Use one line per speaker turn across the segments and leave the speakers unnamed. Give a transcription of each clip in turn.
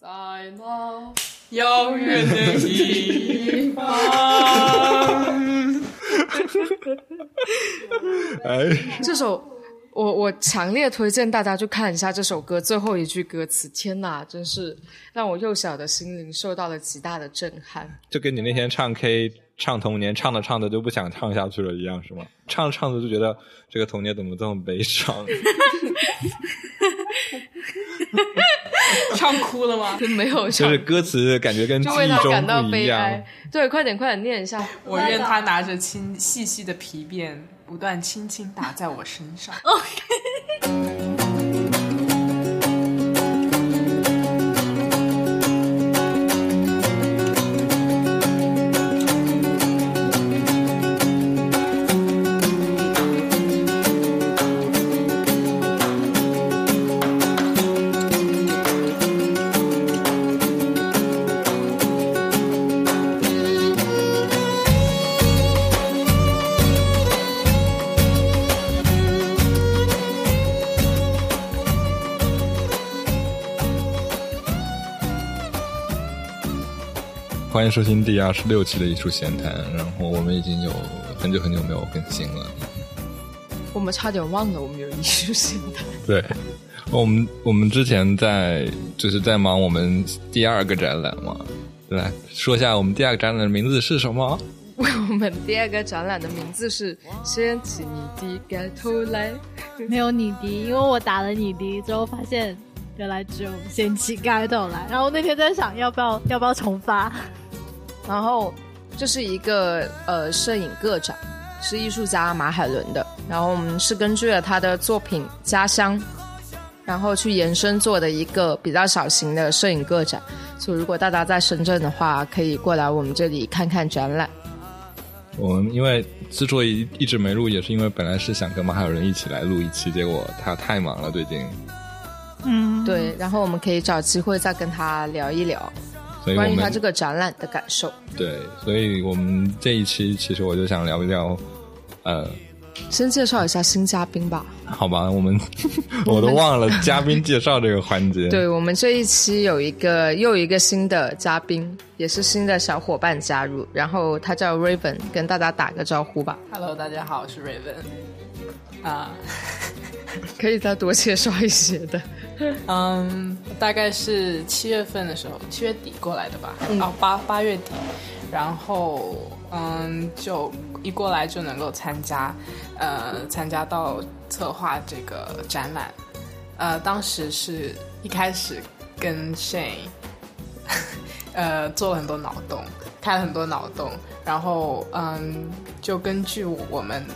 在那
遥远的地方。
哎，
这首我我强烈推荐大家去看一下这首歌最后一句歌词，天哪，真是让我幼小的心灵受到了极大的震撼。
就跟你那天唱 K 唱童年，唱着唱着就不想唱下去了一样，是吗？唱着唱着就觉得这个童年怎么这么 悲伤？
唱哭了吗？
没有
就
唱
是歌词感觉跟记
就为
忆
他感到
中不一
悲
样
哀。。对，快点，快点念一下。
我愿他拿着轻细细的皮鞭，不断轻轻打在我身上。
欢迎收听第二十六期的《一处闲谈》，然后我们已经有很久很久没有更新了。
我们差点忘了我们有艺术性的。
对，我们我们之前在就是在忙我们第二个展览嘛，来说一下我们第二个展览的名字是什么？
我们第二个展览的名字是“掀起你的盖头来
没有你笛，因为我打了你笛之后发现。原来只有掀起盖头来，然后那天在想要不要 要不要重发，”，
然后这是一个呃摄影个展，是艺术家马海伦的。然后我们是根据了他的作品《家乡》，然后去延伸做的一个比较小型的摄影个展。所以如果大家在深圳的话，可以过来我们这里看看展览。
我们因为之所以一直没录，也是因为本来是想跟马海伦一起来录一期，结果他太忙了，最近，
嗯，
对，然后我们可以找机会再跟他聊一聊
所以我
关于
们
他这个展览的感受，
对，所以我们这一期其实我就想聊一聊，呃，
先介绍一下新嘉宾吧。
好吧，我 们我都忘了嘉宾介绍这个环节，
对我们这一期有一个又一个新的嘉宾，也是新的小伙伴加入，然后他叫 Raven，跟大家打个招呼吧。
Hello，大家好，我是 Raven。啊，
可以再多介绍一些的。
嗯，大概是七月份的时候，七月底过来的吧？啊，八八月底，然后嗯，就一过来就能够参加，呃，参加到策划这个展览。呃，当时是一开始跟 Shane 呃做了很多脑洞，开了很多脑洞，然后嗯，就根据我们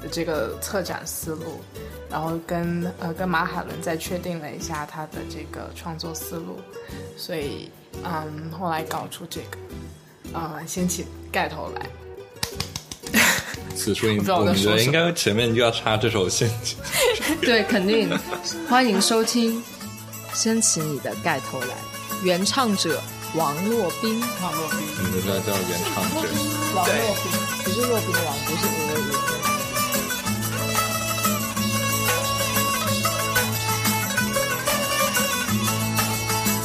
的这个策展思路，然后跟呃跟马海伦再确定了一下他的这个创作思路，所以嗯，后来搞出这个，嗯，掀起盖头来，
此处应
不知道我
我
在
们觉
说
得
什么
应该前面就要插这首先。
对，肯定。欢迎收听《掀起你的盖头来》，原唱者王洛宾，
王洛宾，
你们知道叫原唱者，
王洛宾，
不是洛宾王，不是俄语。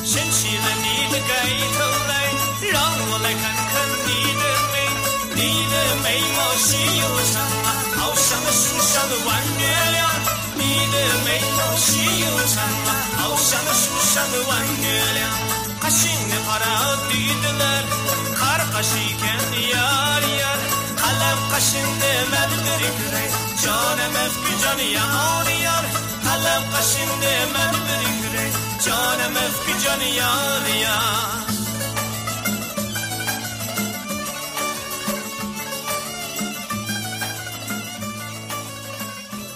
掀起了你的盖头来，让我来看看你的美，你的眉毛细又长啊，好像那树上的弯月亮。你的眉毛细又长啊，好像那树上的弯月亮。哈西呢哈拉迪的呢，哈拉哈西肯尼亚里亚，哈拉哈西呢麦德里克雷，叫呢麦比叫尼亚里亚，哈拉哈西呢麦德里克雷，叫呢麦比叫尼亚里亚。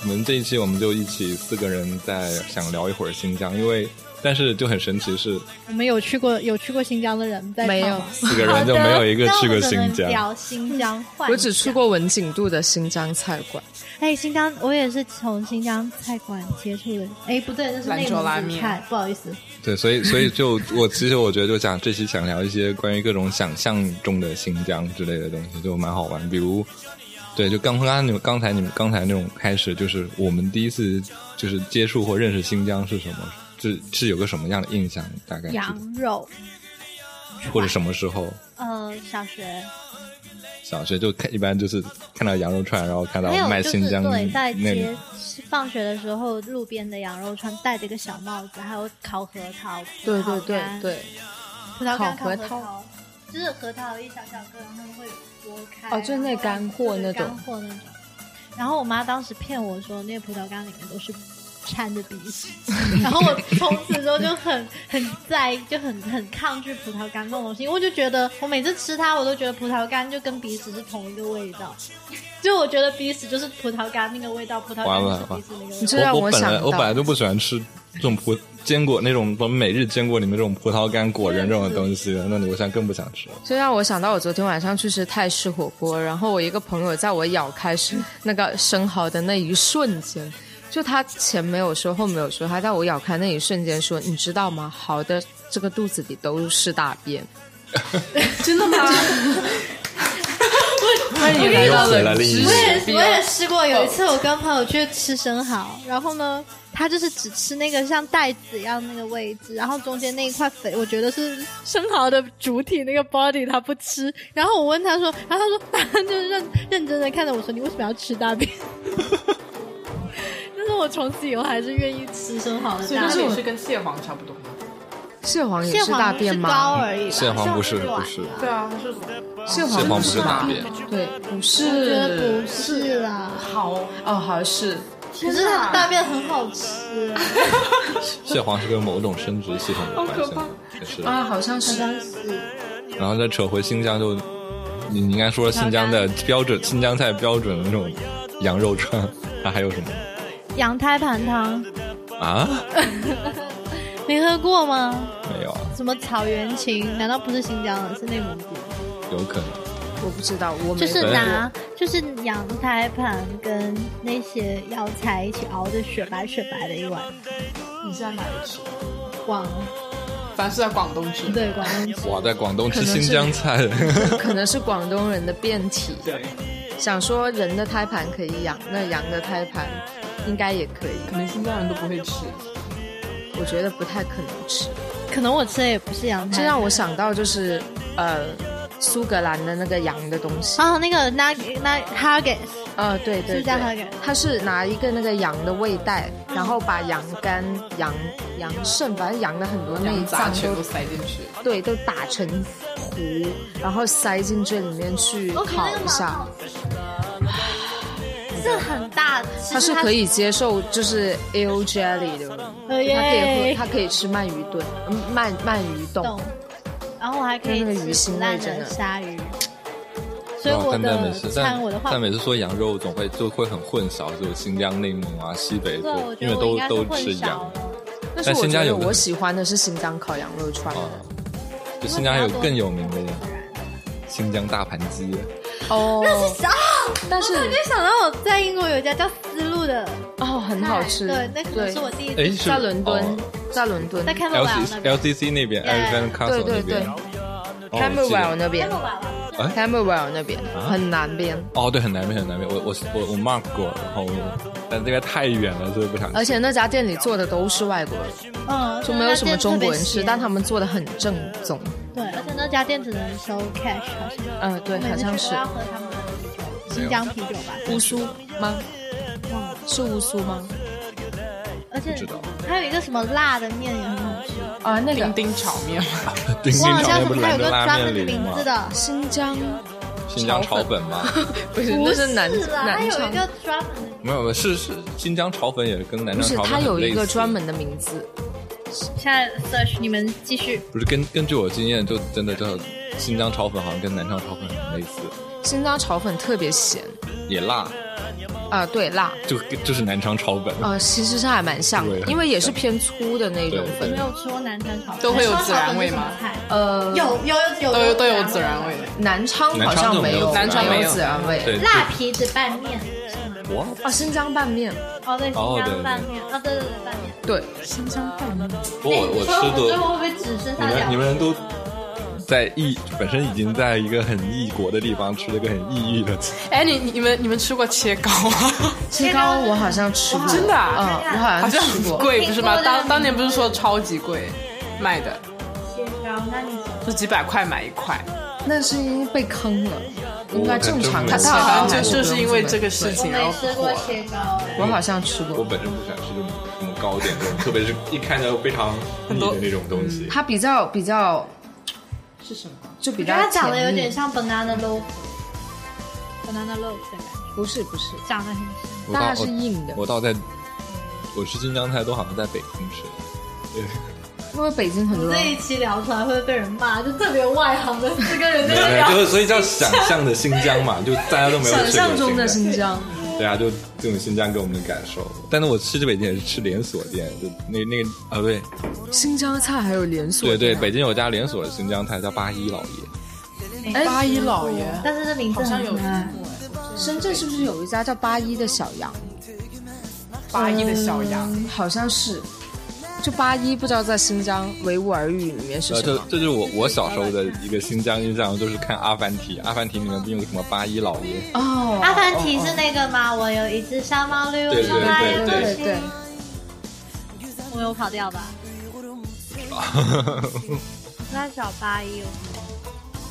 我们这一期我们就一起四个人在想聊一会儿新疆，因为但是就很神奇是
我们有去过有去过新疆的人在
没
场
有
吗
四个人就没有一个去过新
好的那我们
疆。
聊新疆幻想，
我只去过文景渡的新疆菜馆，
哎，新疆，我也是从新疆菜馆接触的。哎，不对，那是
兰
内
州拉
蒙古
面
菜，不好意思。
对，所以所以就我其实我觉得就想这期想聊一些关于各种想象中的新疆之类的东西，就蛮好玩。比如，对，就刚刚你们刚才你们刚才那种开始，就是我们第一次就是接触或认识新疆是什么？是是有个什么样的印象？大概是
羊肉，
或者什么时候？
呃，小学
小学就看，一般就是看到羊肉串，然后看到
还有
卖
就
新
是
疆
对，在
那
街
个，
放学的时候，路边的羊肉串戴着一个小帽子，还有烤核桃，
对
葡
对
萄
对
干，
对，
葡萄干
烤
核
核
桃，就是核桃一小小个，然后会剥开，
哦就是那
然后
干货
对
那种
干货那种。然后我妈当时骗我说，那个葡萄干里面都是掺着鼻屎， 然后我从此之后就很很在意，就很很抗拒葡萄干这种东西，因为我就觉得我每次吃它，我都觉得葡萄干就跟鼻屎是同一个味道，就我觉得鼻屎就是葡萄干那个味道，葡萄干
完
就是
了
鼻屎那个味
你
道。
这让
我
我
本
想
来
到
我本来就不喜欢吃这种葡坚果那种，我们每日坚果里面这种葡萄干、果仁这种东西，那我现在更不想吃了。
这让我想到我昨天晚上去吃泰式火锅，然后我一个朋友在我咬开是那个生蚝的那一瞬间，就他前没有说，后没有说，他在我咬开那一瞬间说：“你知道吗？蚝的这个肚子里都是大便。
真的 吗？”
他以为
又回来了一
知
句
我也
识
我也试过，有一次我跟朋友去吃生蚝，然后呢，他就是只吃那个像带子一样那个位置，然后中间那一块肥，我觉得是生蚝的主体那个 body 他不吃。然后我问他说， 然后他说，他就认认真的看着我说，你为什么要吃大便？ 但是我从此以后还是愿意吃生蚝的
所以
大
那
便
也。是跟蟹黄差不多吗？
蟹黄也
蟹
是大
黄
便
是膏
吗？
而已吧，
蟹黄不是
蟹黄
不是
对啊，它是
蟹
蟹
黄
黄不
是
是
吧
大便，
对，不
我觉得
是
呃不是啦，
蚝，
哦，好像是
可是它的大便很好吃。
蟹黄是跟某种生殖系统有关系的，也是。
啊，好像
好
是
像是
然后再扯回新疆就，你你应该说新疆的标准，新疆菜标准的那种羊肉串，它还有什么
羊胎盘汤，
啊？
没喝过吗？
没有啊，
什么草原情？难道不是新疆的？是内蒙古？
有可能。
我不知道，我没
就是
有
拿就是羊胎盘跟那些药材一起熬的雪白雪白的一碗
你现在哪里吃？
广
凡是在广东吃，
对广东鸡
哇，在广东吃新疆菜，
可能是广东人的变体。
对，
想说人的胎盘可以养，那羊的胎盘应该也可以，
可能新疆人都不会吃。
我觉得不太可能吃。
可能我吃的也不是羊胎，
这让我想到就是呃苏格兰的那个羊的东西，
啊那个那那 Haggis
呃对对
是叫它
对，
给
它是拿一个那个羊的胃袋，然后把羊肝、羊羊肾，反正羊的很多内
羊杂
脏
全
都
都塞进去，
对都打成糊，然后塞进这里面去烤一下。，
这很大，其
它
实
是呃可以接受就是 ale jelly 的，它
哦
可以
耶
喝，它可以吃鳗鱼炖，嗯鳗鳗鱼冻
懂。，然后我还可以
那个鱼腥
吃腐烂
味真
的
的
鲨鱼， 所以
哦
我
但但
的
每次
餐
但
我的话
但每次说羊肉总会就会很混淆，就新疆、内蒙啊、西北
对，我，觉
因为
得我
都
应该是
都
混
吃
淆
羊
了
但是
但
我
新疆
觉得
有个
我喜欢的是新疆烤羊肉串
啊。就新疆还有更有名的呀，新疆大盘鸡，
哦，
啊！
但
我突然
是
间想到，我在英国有一家叫丝路的
哦很
菜
好吃，
对，那可能是我第一
哎，
次
是
在伦敦
哦，
在伦敦
在 c a m e r
LC
w
L C C 那边
Yeah
，Elephant Castle 那
对对
边
对 c
哦
a m e r
我
w e l l
记得
那边
l
c a m e r w e l l 那边
啊
很南边，
哦，对，很南边，很南边，我我我我 mark 过，然后但那边太远了，所以不想吃。
而且那家店里做的都是外国人，
嗯，
就没有什么中国人吃，但他
们
们做的很正宗。
对，而且那家店只能收 cash，好像
嗯，对，好像是
我每次去都要喝他们的啤酒，新疆啤酒吧，
乌苏吗？
忘了。
是乌苏吗？
嗯而且
知道
还有一个什么辣的面也很好吃，
啊，那
丁
个
丁炒面嘛，
丁丁
我好
炒
像
面
什
不
么
是
它
兰
有个
州拉
专
面
门的
里
名
吗
字？的，
新疆
新疆炒粉吗？
不是，
不
那是南
啦，它
南
有
昌
一。个专门的
没有，没有是是新疆炒粉也跟南
不
昌
是，
炒粉
它有
很类
一个
似
专，门的名字，
现在 search 你们继续，
不是根根据我经验，就真的就新疆炒粉好像跟南昌炒粉很类似，
新疆炒粉特别咸
也辣，
啊，对，辣，
就就是南昌炒粉。
呃，其实是还蛮像的
对，
因为也是偏粗的那种
对
粉
没，有吃过南昌炒粉，
都会有
南昌
孜然味吗
炒粉是什么菜？
呃，
有有有
都有都有
有
孜然味的。
南昌好像没有，
南昌就没有
孜然味，
对，
辣皮子拌面是吗？
我
哦，新疆拌面，
哦，对，新
哦对
疆拌面，哦，对对对，拌面。
对，
新疆拌面，
我我
哎你说
吃
我最后
的，
会不会只剩
你
下
们
嗯
你
两？
们都在异本身已经在一个很异国的地方吃了个很异域的，
哎，你你们你们吃过切糕吗？
切糕我好像吃过，
真的啊
嗯，我好
好
像
像
吃
很
过。
贵，不是吗？
听过但
当
是
当年不是说超级贵卖的，
切糕，那你
就几百块买一块，
那是因为被坑了，
哦
应该正常的
我还
切
真
糕
没有
好
来
像
说。
就就是因为这个事
对
情然后火了。
切糕哎，
我好像吃
我
过。
本身不喜欢吃这种这种糕点这种，特别是一看到非常腻的那种东西。
嗯它比较比较是什么？就比
我
较
觉得它长得
甜
有
腻
点像 banana loaf，banana loaf 的感觉，
不是不是，
长得很像。
我
但
倒
它是硬的
我，倒在，我吃新疆菜都好像在北京 吃的。
因为北京很多
这一期聊出来会被人骂，就特别外行的四个人在
没
那
有没
聊
有，。啊就是所以叫想象的新疆嘛，就大家都没有
想
吃过
象中的新疆，
对啊，就这种新疆给我们的感受。但是我吃这北京也是吃连锁店，就那那个啊，对
新疆菜还有连锁
对对，
店啊
北京有家连锁的新疆菜叫八一老爷，
哎
八一老爷
但是这名字
好像有
很可
嗯
爱
听过哎
深圳是不是有一家叫八一的小羊？
八一的小羊，
嗯好像是。就八一不知道在新疆维吾尔语里面是
呃，
什
这
么？
这就是我我小时候的一个新疆印象，就是看《阿凡提》，《阿凡提》里面不是有什么八一老爷？
哦，
阿凡提是那个吗？我有一只小毛驴，我
哦对
从来
对
不
对
对
对
信
对，
我有跑掉吧？ 那找八一，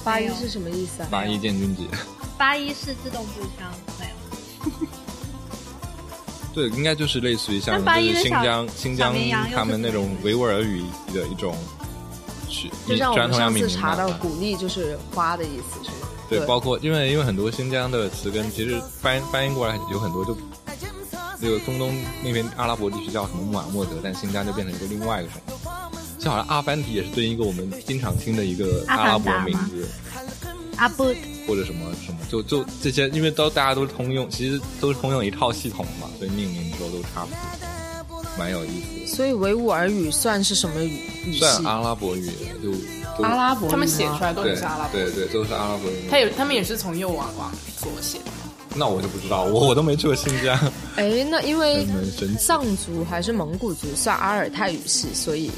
八一是什么意思啊？
八一建军节，
八一是自动步枪，没有。
对，应该就是类似于像
那八
就
一
是
的
新
小
疆新
小
疆
绵羊又
他们
是
那种维吾尔语的一种是
就像我
传
们上
统样闽
次
南
查到
话
“鼓励”就是花的意思，是吗？
对，包括因为因为很多新疆的词根其实翻翻译过来有很多就，这个中东那边阿拉伯地区叫什么穆罕默德，但新疆就变成一个另外一个什么，就好像阿凡提也是对应一个我们经常听的一个
阿
阿
凡达
拉伯名字
阿布
或者什么什么，就就这些，因为都大家都通用，其实都是通用一套系统嘛，所以命名之后都差不多，蛮有意思的。
所以维吾尔语算是什么语语系？
算啊阿拉伯语就都
阿拉伯语吗
他们写出来都
对
是阿拉伯。
对对，都是阿拉伯语。
他有，他们也是从右往往左写的。
那我就不知道， 我我都没去过新疆，
哎，那因为
很神奇。
藏族还是蒙古族算阿尔泰语系，所以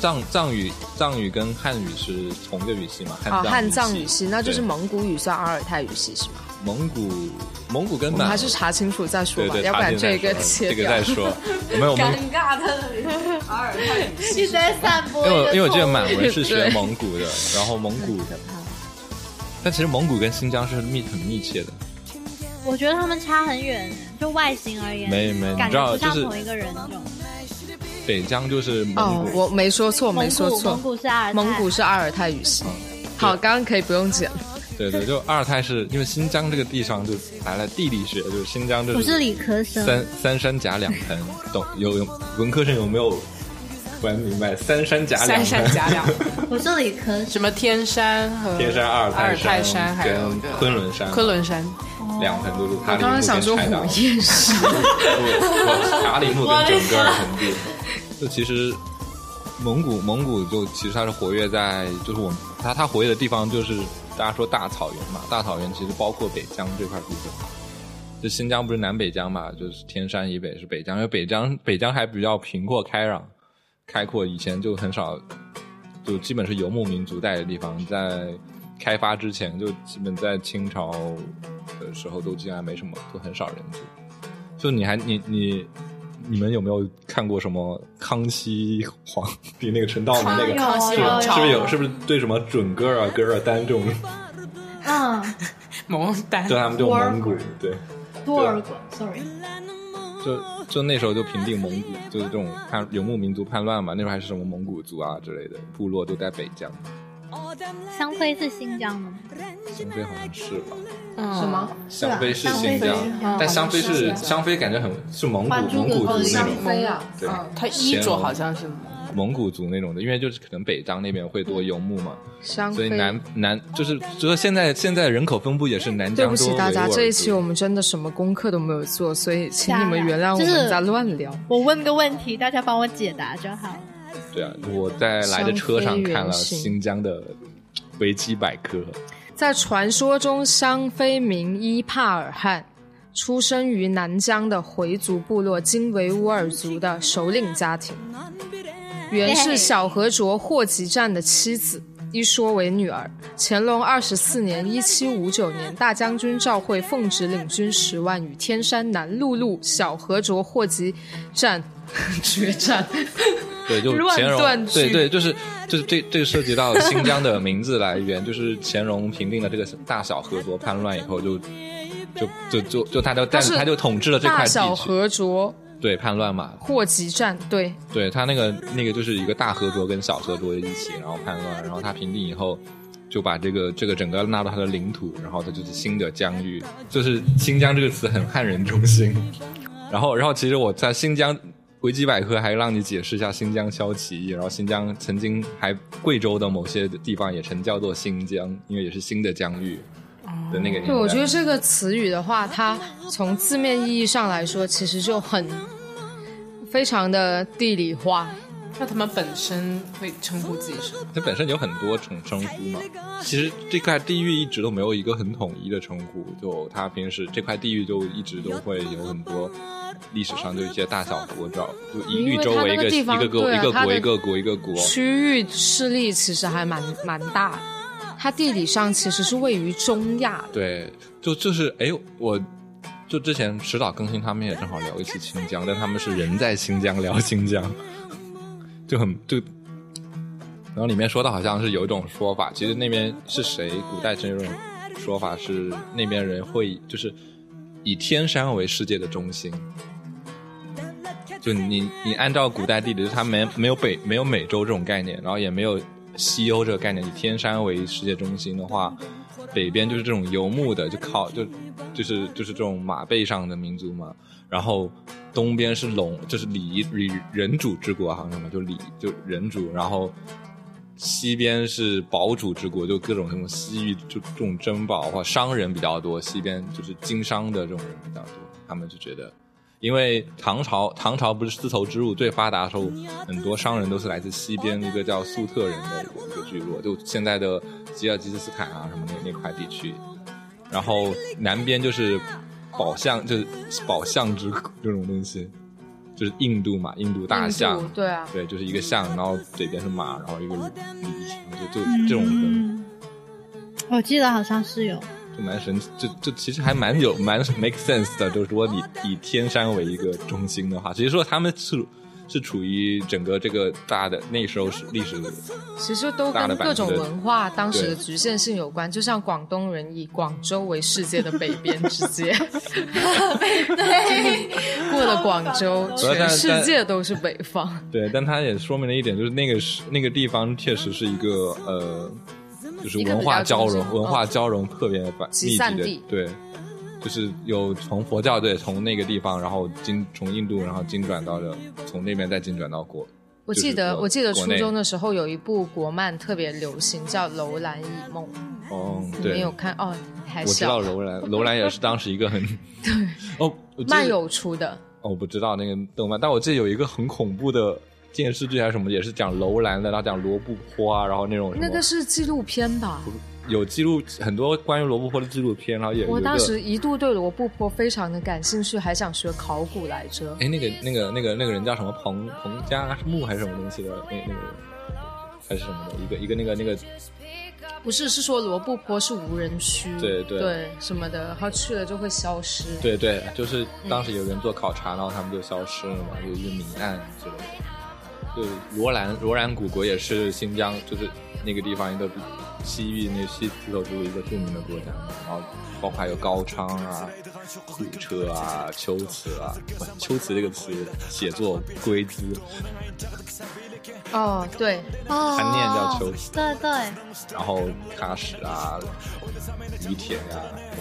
藏藏语藏语跟汉语是同一个语系嘛？汉
啊汉藏语
语
系，那就是
对
蒙古语算阿尔泰语系是吗？
蒙古蒙古跟
我们
满
还是查清楚再说
对
吧，
对，
要不然
查
这
清再
个
说
切
这个
掉。
再说。我们我们
尬的阿尔泰语
一 直在散播
因为
一
我
个
因为我记得
错误
满文是学
对
蒙古的，然后蒙古，但其实蒙古跟新疆是密很密切的。
我觉得他们差很远，就外形而言，
没没
感
你知
觉
道
不像
就是
同一个人种。
北疆就是蒙
哦，
古，
我没说错，没
蒙
说
古
错
蒙，古是阿尔泰
蒙古是阿尔泰语系。好，刚刚可以不用剪。
对对，就阿尔泰是因为新疆这个地上就来了地理学，就是新疆就
我是理科生，
三三山甲两盆，懂有有文科生有没有？突然明白三山甲两
三
盆，
山甲两，
我是理科生。
什么天山和
天山、阿尔
阿
泰
尔
山、
泰山，还有一
跟
个
昆仑山，
昆仑山。
两盆都是塔
哦我
里木跟
刚刚想说
柴达
火焰 石，
我塔里木跟
啊
整个尔盆地。就其实蒙古，蒙古就其实它是活跃在，就是我们它它活跃的地方就是大家说大草原嘛，大草原其实包括北疆这块地方。就新疆不是南北疆嘛，就是天山以北是北疆，因为北疆北疆还比较平阔开朗，开阔，以前就很少，就基本是游牧民族带的地方，在开发之前就基本在清朝的时候都竟然没什么，都很少人住。就你还你你你们有没有看过什么康熙皇帝那个陈道明那个？
康熙王
是
朝
不是有？是不是对什么准噶尔、噶尔丹这种，
嗯，
蒙丹
对他啊们这种蒙古，对，
多尔衮，sorry，
就就那时候就平定蒙古，就是这种叛游牧民族叛乱嘛，那时候还是什么蒙古族啊之类的部落都在北疆，
香妃是新疆的吗？
香妃好像是吧？
什么？
香妃是
香妃
新疆
是，
但香妃是香妃，感觉很是蒙古
还珠
蒙
格格
古族那
香
种，
妃啊
对，
嗯
他衣着好像是
蒙古族那种的，因为就是可能北疆那边会多游牧嘛，
香
所以
妃。
南南就是就是现在现在人口分布也是南
对
疆
不
多维
起
吾
大
尔
家，
族。
这一期我们真的什么功课都没有做，所以请你们原谅我
就是
们在乱聊。
我问个问题，大家帮我解答就好。
对啊，我在来的车上看了
香妃原型
新疆的维基百科，
在传说中，香妃名伊帕尔汗，出生于南疆的回族部落金维吾尔族的首领家庭，原是小和卓霍集站的妻子，一说为女儿。乾隆二十四年（一七五九年），大将军赵惠奉旨领军十万，与天山南路路小河卓霍集战 决战。
对，就
乱
乾
断
隆，
句
对对，就是就是这这个涉及到新疆的名字来源， 就是乾隆平定了这个大小河卓叛乱以后就，就就就就他就但
是
是他就统治了这
大
块
小
地区，
河卓
对叛乱嘛，
霍集战，对，
对他那个那个就是一个大合作跟小合作一起，然后叛乱，然后他平定以后，就把这个这个整个纳入他的领土，然后他就是新的疆域，就是新疆这个词很汉人中心。然后，然后其实我在新疆维基百科还让你解释一下新疆骁起义，然后新疆曾经还贵州的某些地方也曾叫做新疆，因为也是新的疆域的那个年代。
对，我觉得这个词语的话，它从字面意义上来说，其实就很非常的地理化。
那他们本身会称呼自己什么？
它本身有很多种称呼嘛。其实这块地域一直都没有一个很统一的称呼，就它平时这块地域就一直都会有很多历史上就一些大小国找，就以
因为
绿洲
它那
为一
个
个
地
一
方
个国
对啊
一个
它
国
的
一个国一个国。
区域势力其实还蛮蛮大的，它地理上其实是位于中亚的。
对，就就是哎，我就之前迟早更新他们也正好聊一期新疆，但他们是人在新疆聊新疆，就很就。然后里面说的好像是有一种说法，其实那边是谁？古代真有一种说法是那边人会以就是以天山为世界的中心，就你你按照古代地理，就是它没没有北没有美洲这种概念，然后也没有西欧这个概念，以天山为世界中心的话，北边就是这种游牧的，就靠就就是就是这种马背上的民族嘛，然后东边是龙，就是礼礼人主之国，好像什么就礼就人主，然后。西边是堡主之国，就各种什么西域，就这种珍宝啊或商人比较多。西边就是经商的这种人比较多，他们就觉得，因为唐朝唐朝不是丝绸之路最发达的时候，很多商人都是来自西边一个叫粟特人的一个聚落，就现在的吉尔吉斯斯坦啊什么那那块地区。然后南边就是宝象，就是宝象之国这种东西，就是印度嘛，印度大象。
印度对啊，
对，就是一个象，然后嘴边是马，然后一个梨，就就这种的，
我记得好像是有，
就蛮神奇，就就其实还蛮有蛮 make sense 的。就是如果你以天山为一个中心的话，只是说他们是是处于整个这个大的那时候是历史，
其实都
大的
跟
版
各种
图的
文化当时的
对
局限性有关。就像广东人以广州为世界的北边之界， 对，过了广州，
主要
全
但
世界都是北方。
对，但它也说明了一点，就是那个是那个地方确实是一个呃，就是
一个
文
比
化
较
交
中
融、
心嗯
文化交融特别繁
集
密集
散
的
地，
对，就是有从佛教对从那个地方，然后经从印度，然后经转到了从那边再经转到国。
我记得、
就是国
我记得初
国
中
内
的时候有一部国漫特别流行，叫《楼兰以梦》，
哦，
你
对，
们有看？哦，还
我知道
小，
楼兰，楼兰也是当时一 个很哦，我记得
漫友出的。
哦，我不知道那个动漫，但我记得有一个很恐怖的电视剧还是什么，也是讲楼兰的，然后讲罗布泊啊，然后那种什么
那个是纪录片吧？
有记录很多关于罗布泊的纪录片，然后也有
我
一
当
个
时一度对罗布泊非常的感兴趣，还想学考古来着。
哎，那个那个那个那个人叫什么彭彭加木还是什么东西的，那那个人还是什么的，一个一个那个那个
不是，是说罗布泊是无人区，
对对
什么的，然后去了就会消失。
对对，就是当时有人做考察，然后他们就消失了嘛，有一个谜案之类的。就罗兰罗兰古国也是新疆，就是那个地方一个比西域那西丝绸之路一个著名的国家嘛，然后包括还有高昌啊、古车啊、 秋瓷啊，哇秋瓷这个词写作 龟兹，
哦，对，
哦，
韩念叫秋子
对对，
然后喀什啊、于田啊，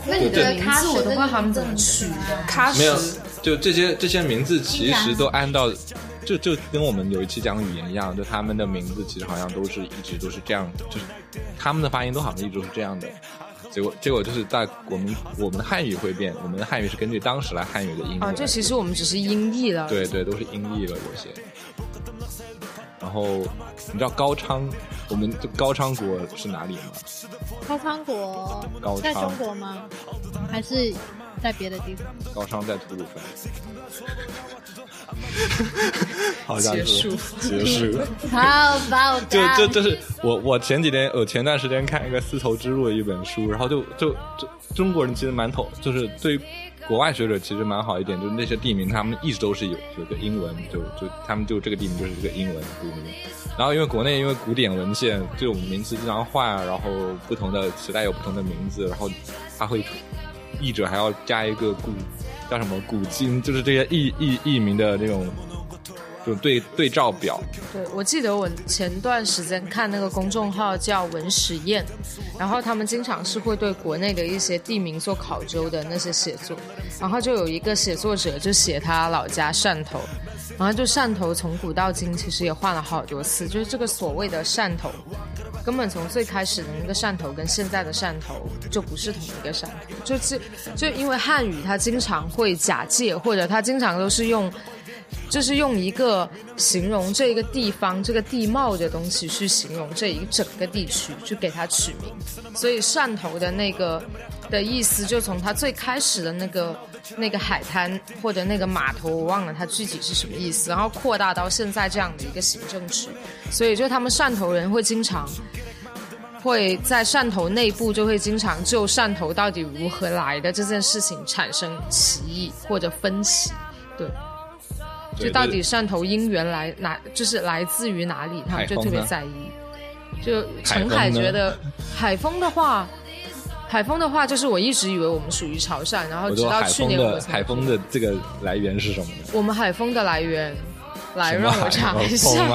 那你觉得
名
喀
字
什
我都不知道
这个
他们
名字
怎么取的。
喀
没有
什，
就这些这些名字其实都按照，就就跟我们有一期讲语言一样，就他们的名字其实好像都是一直都是这样，就是他们的发音都好像一直都是这样的。结果结果就是在我们我们的汉语会变，我们的汉语是根据当时来汉语的音
啊，
来
就其实我们只是音译了。
对对，都是音译了有些。然后你知道高昌，我们就高昌国是哪里吗？
高昌国
高昌
在中国吗？还是在别的地方。
高商在吐鲁 番。好像是
结束
结束，
好 吧，
就
啊
就就是我我前几天我前段时间看一个丝绸之路的一本书，然后就就就中国人其实蛮头，就是对于国外学者其实蛮好一点，就是那些地名他们一直都是有有个英文，就就他们就这个地名就是这个英文地名。然后因为国内因为古典文献这种名字经常换，啊然后不同的时代有不同的名字，然后它会译者还要加一个古叫什么古今，就是这些译译译名的那种。就对对照表，
对，我记得我前段时间看那个公众号叫“文实验”，然后他们经常是会对国内的一些地名做考究的那些写作，然后就有一个写作者就写他老家汕头，然后就汕头从古到今其实也换了好多次，就是这个所谓的汕头，根本从最开始的那个汕头跟现在的汕头就不是同一个汕头，就是就因为汉语它经常会假借，或者它经常都是用。就是用一个形容这个地方、这个地貌的东西去形容这一整个地区，去给它取名。所以汕头的那个的意思，就从它最开始的那个那个海滩或者那个码头，我忘了它具体是什么意思，然后扩大到现在这样的一个行政区。所以就他们汕头人会经常。会在汕头内部就会经常就汕头到底如何来的这件事情产生歧义或者分歧，对。
对
就到底汕头因缘来哪，就是来自于哪里，他们就特别在意。就陈
海
海
风呢
觉得，海风的话，海风的话，就是我一直以为我们属于潮汕，然后
我
直
说
到
海
去
风
年我
的
才
海风的这个来源是什么呢？
我们海风的来源，来
什
让
么
我
海
查
什
一
么风
下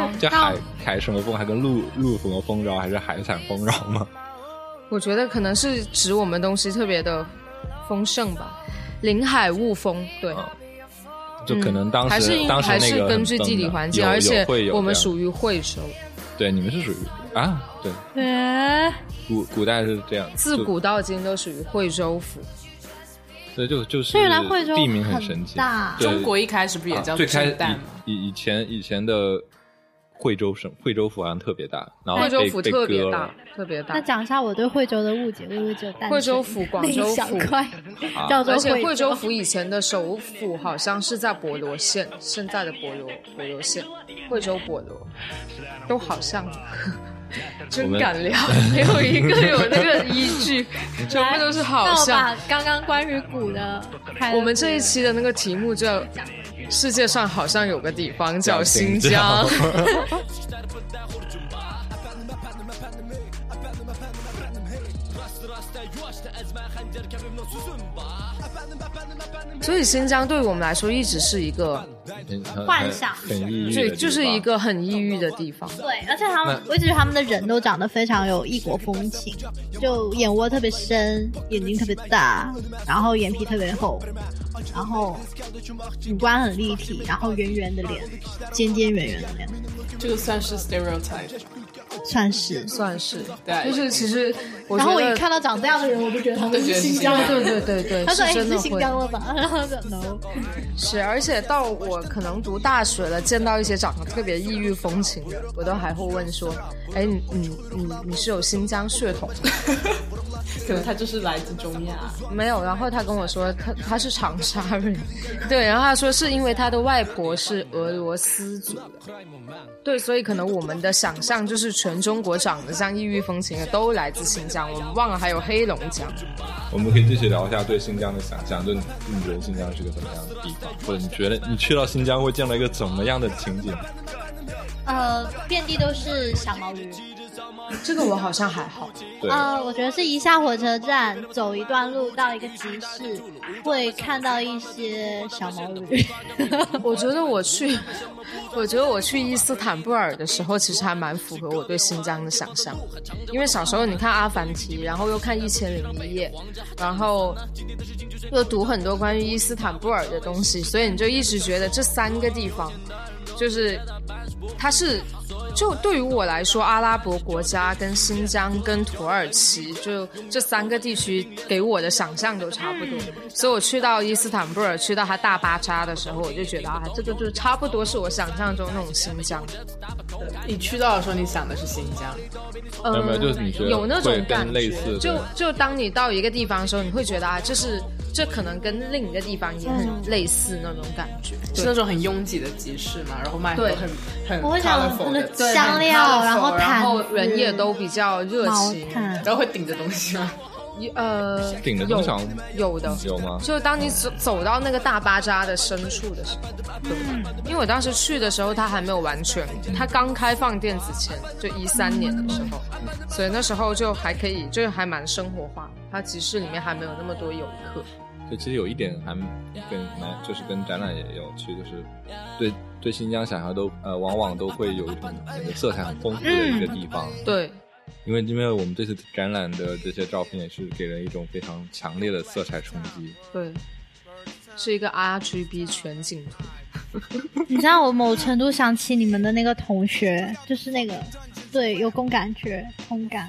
吗。？这海海什么风？还跟陆陆什么风绕？还是海产风绕吗？
我觉得可能是指我们东西特别的丰盛吧，临海雾风，对。
嗯就可能当时、
嗯还是因
当时
还
那
是
个
根据地理环境，而且我们属
于
于惠州，
对你们是属于啊对
哎，
古古代是这样，
自
就
古到今都属于惠州府。
对就就是
所以原来惠州
地名很
很
神奇，
大
对
中国一开始不也
啊
叫
最开
震旦吗？
以以以前以前的惠州省惠州府好像特别大，然后
惠州
哦被
府
被
特别
割
大
了，
特别大
那。讲一下我对惠州的误解，我以为只有淡水
惠州府广州
那一小
府
块
啊
叫做
而且惠州府以前的首府好像是在博罗县，现在的博罗博罗县，惠州博罗，都好像。 真敢聊，没有一个有那个依据，全部都是好
那我
像
把。刚刚关于鼓的开了
我们这一期的那个题目叫“世界上好像有个地方叫新
新
疆”，
疆
所以新疆对我们来说一直是一个
很很
幻想
很抑郁的地
对，
方，
就是一个很抑郁的地方。
对，而且他们，我一直觉得他们的人都长得非常有异国风情，就眼窝特别深，眼睛特别大，然后眼皮特别厚，然后五官很立体，然后圆圆的脸，尖尖圆圆的脸，
嗯
这个算是 stereotype 吗
算 是。
算是，
对
就是其实我
然
觉
后我一
得，
看到长这样的人，我就觉得他们
就觉得
是
是
新疆
新疆
对
人。
对对对，
他说：“哎，
是
你
真的
是新
会
疆了吧？”然后我说：“No。
是，而且到我可能读大学了，见到一些长得特别异域风情的，我都还会问说，哎，你你你你是有新疆血统吗
可能他就是来自中亚。
没有？然后他跟我说他他是长沙人， 对，然后他说是因为他的外婆是俄罗斯族的，对，所以可能我们的想象就是全中国长得像异域风情的都来自新疆，我们忘了还有黑龙江。
我们可以继续聊一下对新疆的想象，就你你觉得新疆是个怎么样的地方，或者你觉得你去到新疆会见到一个怎么样的情景？”
呃，遍地都是小毛驴。
这个我好像还好，
对，
呃，我觉得是一下火车站走一段路到一个集市，会看到一些小毛驴。
我觉得我去，我觉得我去伊斯坦布尔的时候，其实还蛮符合我对新疆的想象，因为小时候你看《阿凡提》，然后又看《一千零一夜》，然后又读很多关于伊斯坦布尔的东西，所以你就一直觉得这三个地方就是它是。就对于我来说，阿拉伯国家跟新疆跟土耳其，就这三个地区给我的想象都差不多。所以我去到伊斯坦布尔，去到它大巴扎的时候，我就觉得啊，这个就差不多是我想象中那种新疆。
你去到的时候，你想的是新疆，
嗯
没有没有就是你觉得
有那种
会跟
感
类
觉
似的
就就当你到一个地方的时候，你会觉得啊，这是这可能跟另一个地方也很类似那种感觉。
是那种很拥挤的集市嘛，然后卖很
对
多很很
我会想
colorful 的，
嗯香料
很 colorful，
然
然
后毯
后
子
人也都比较热
毛
情，
毯
然后会顶着东西吗？
一呃，
顶着
有
东墙
有的
有吗
就当你走走到那个大巴扎的深处的时候，对，因为我当时去的时候它还没有完全，它刚开放电子签，就一三年的时候，所以那时候就还可以，就还蛮生活化。它集市里面还没有那么多游客，
就其实有一点还跟蛮，就是跟展览也有趣，就是对对新疆小孩都呃，往往都会有一种色彩很丰富的一个
嗯
地方。
对，
因为因为我们这次展览的这些照片也是给人一种非常强烈的色彩冲击。
对，是一个 RGB 全景图。
你知道我某程度想起你们的那个同学， 就是那个对有共感觉、同感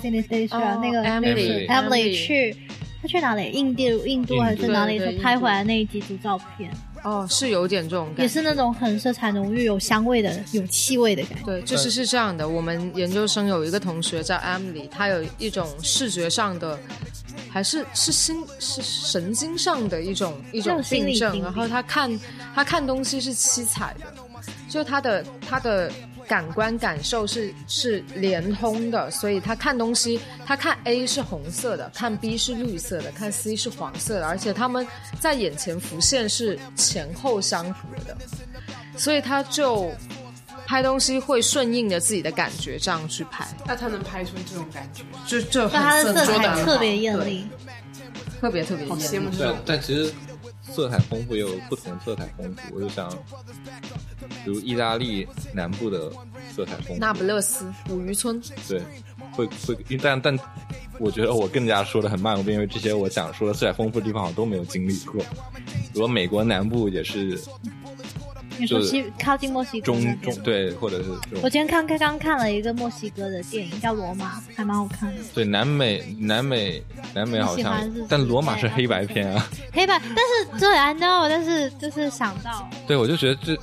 synesthesia、那啊个
Emily
Emily 去，他去哪里？印度、印度还是哪里？
对
他
对
拍回来那几组照片，
哦，是有点这种感觉，
也是那种很色彩浓郁、有香味的、有气味的感觉。
对，就是是这样的。我们研究生有一个同学叫 Emily，她有一种视觉上的，还是是心是神经上的一种一种
这种心理
病症。
病
然后她看她看东西是七彩的，就她的她的感官感受是是连通的，所以她看东西，她看 A 是红色的，看 B 是绿色的，看 C 是黄色的，而且他们在眼前浮现是前后相符的。所以他就拍东西会顺应着自己的感觉这样去拍，
那他能拍出这种感觉，
就就
但他
很
的色
说得
彩
很
特
好
别艳
对
丽，
特别特别
好羡
艳
慕
丽。
这
但
种。
啊但其实色彩丰富也有不同色彩丰富，我就想，比如意大利南部的色彩丰富，
那不勒斯捕鱼村，
对，会会，但但我觉得我更加说的很慢，因为这些我想说的色彩丰富的地方我都没有经历过。比如美国南部也是
你说
就是
西靠近墨西哥
中
那
中
边。
对，或者是这
我
种
今天看刚刚看了一个墨西哥的电影叫《罗马》，还蛮好看的。
对南美南美南美好
你喜
像
欢是，
但罗马是黑白片啊。
黑白，但是对，I know，但是就是想到
对，我就觉得这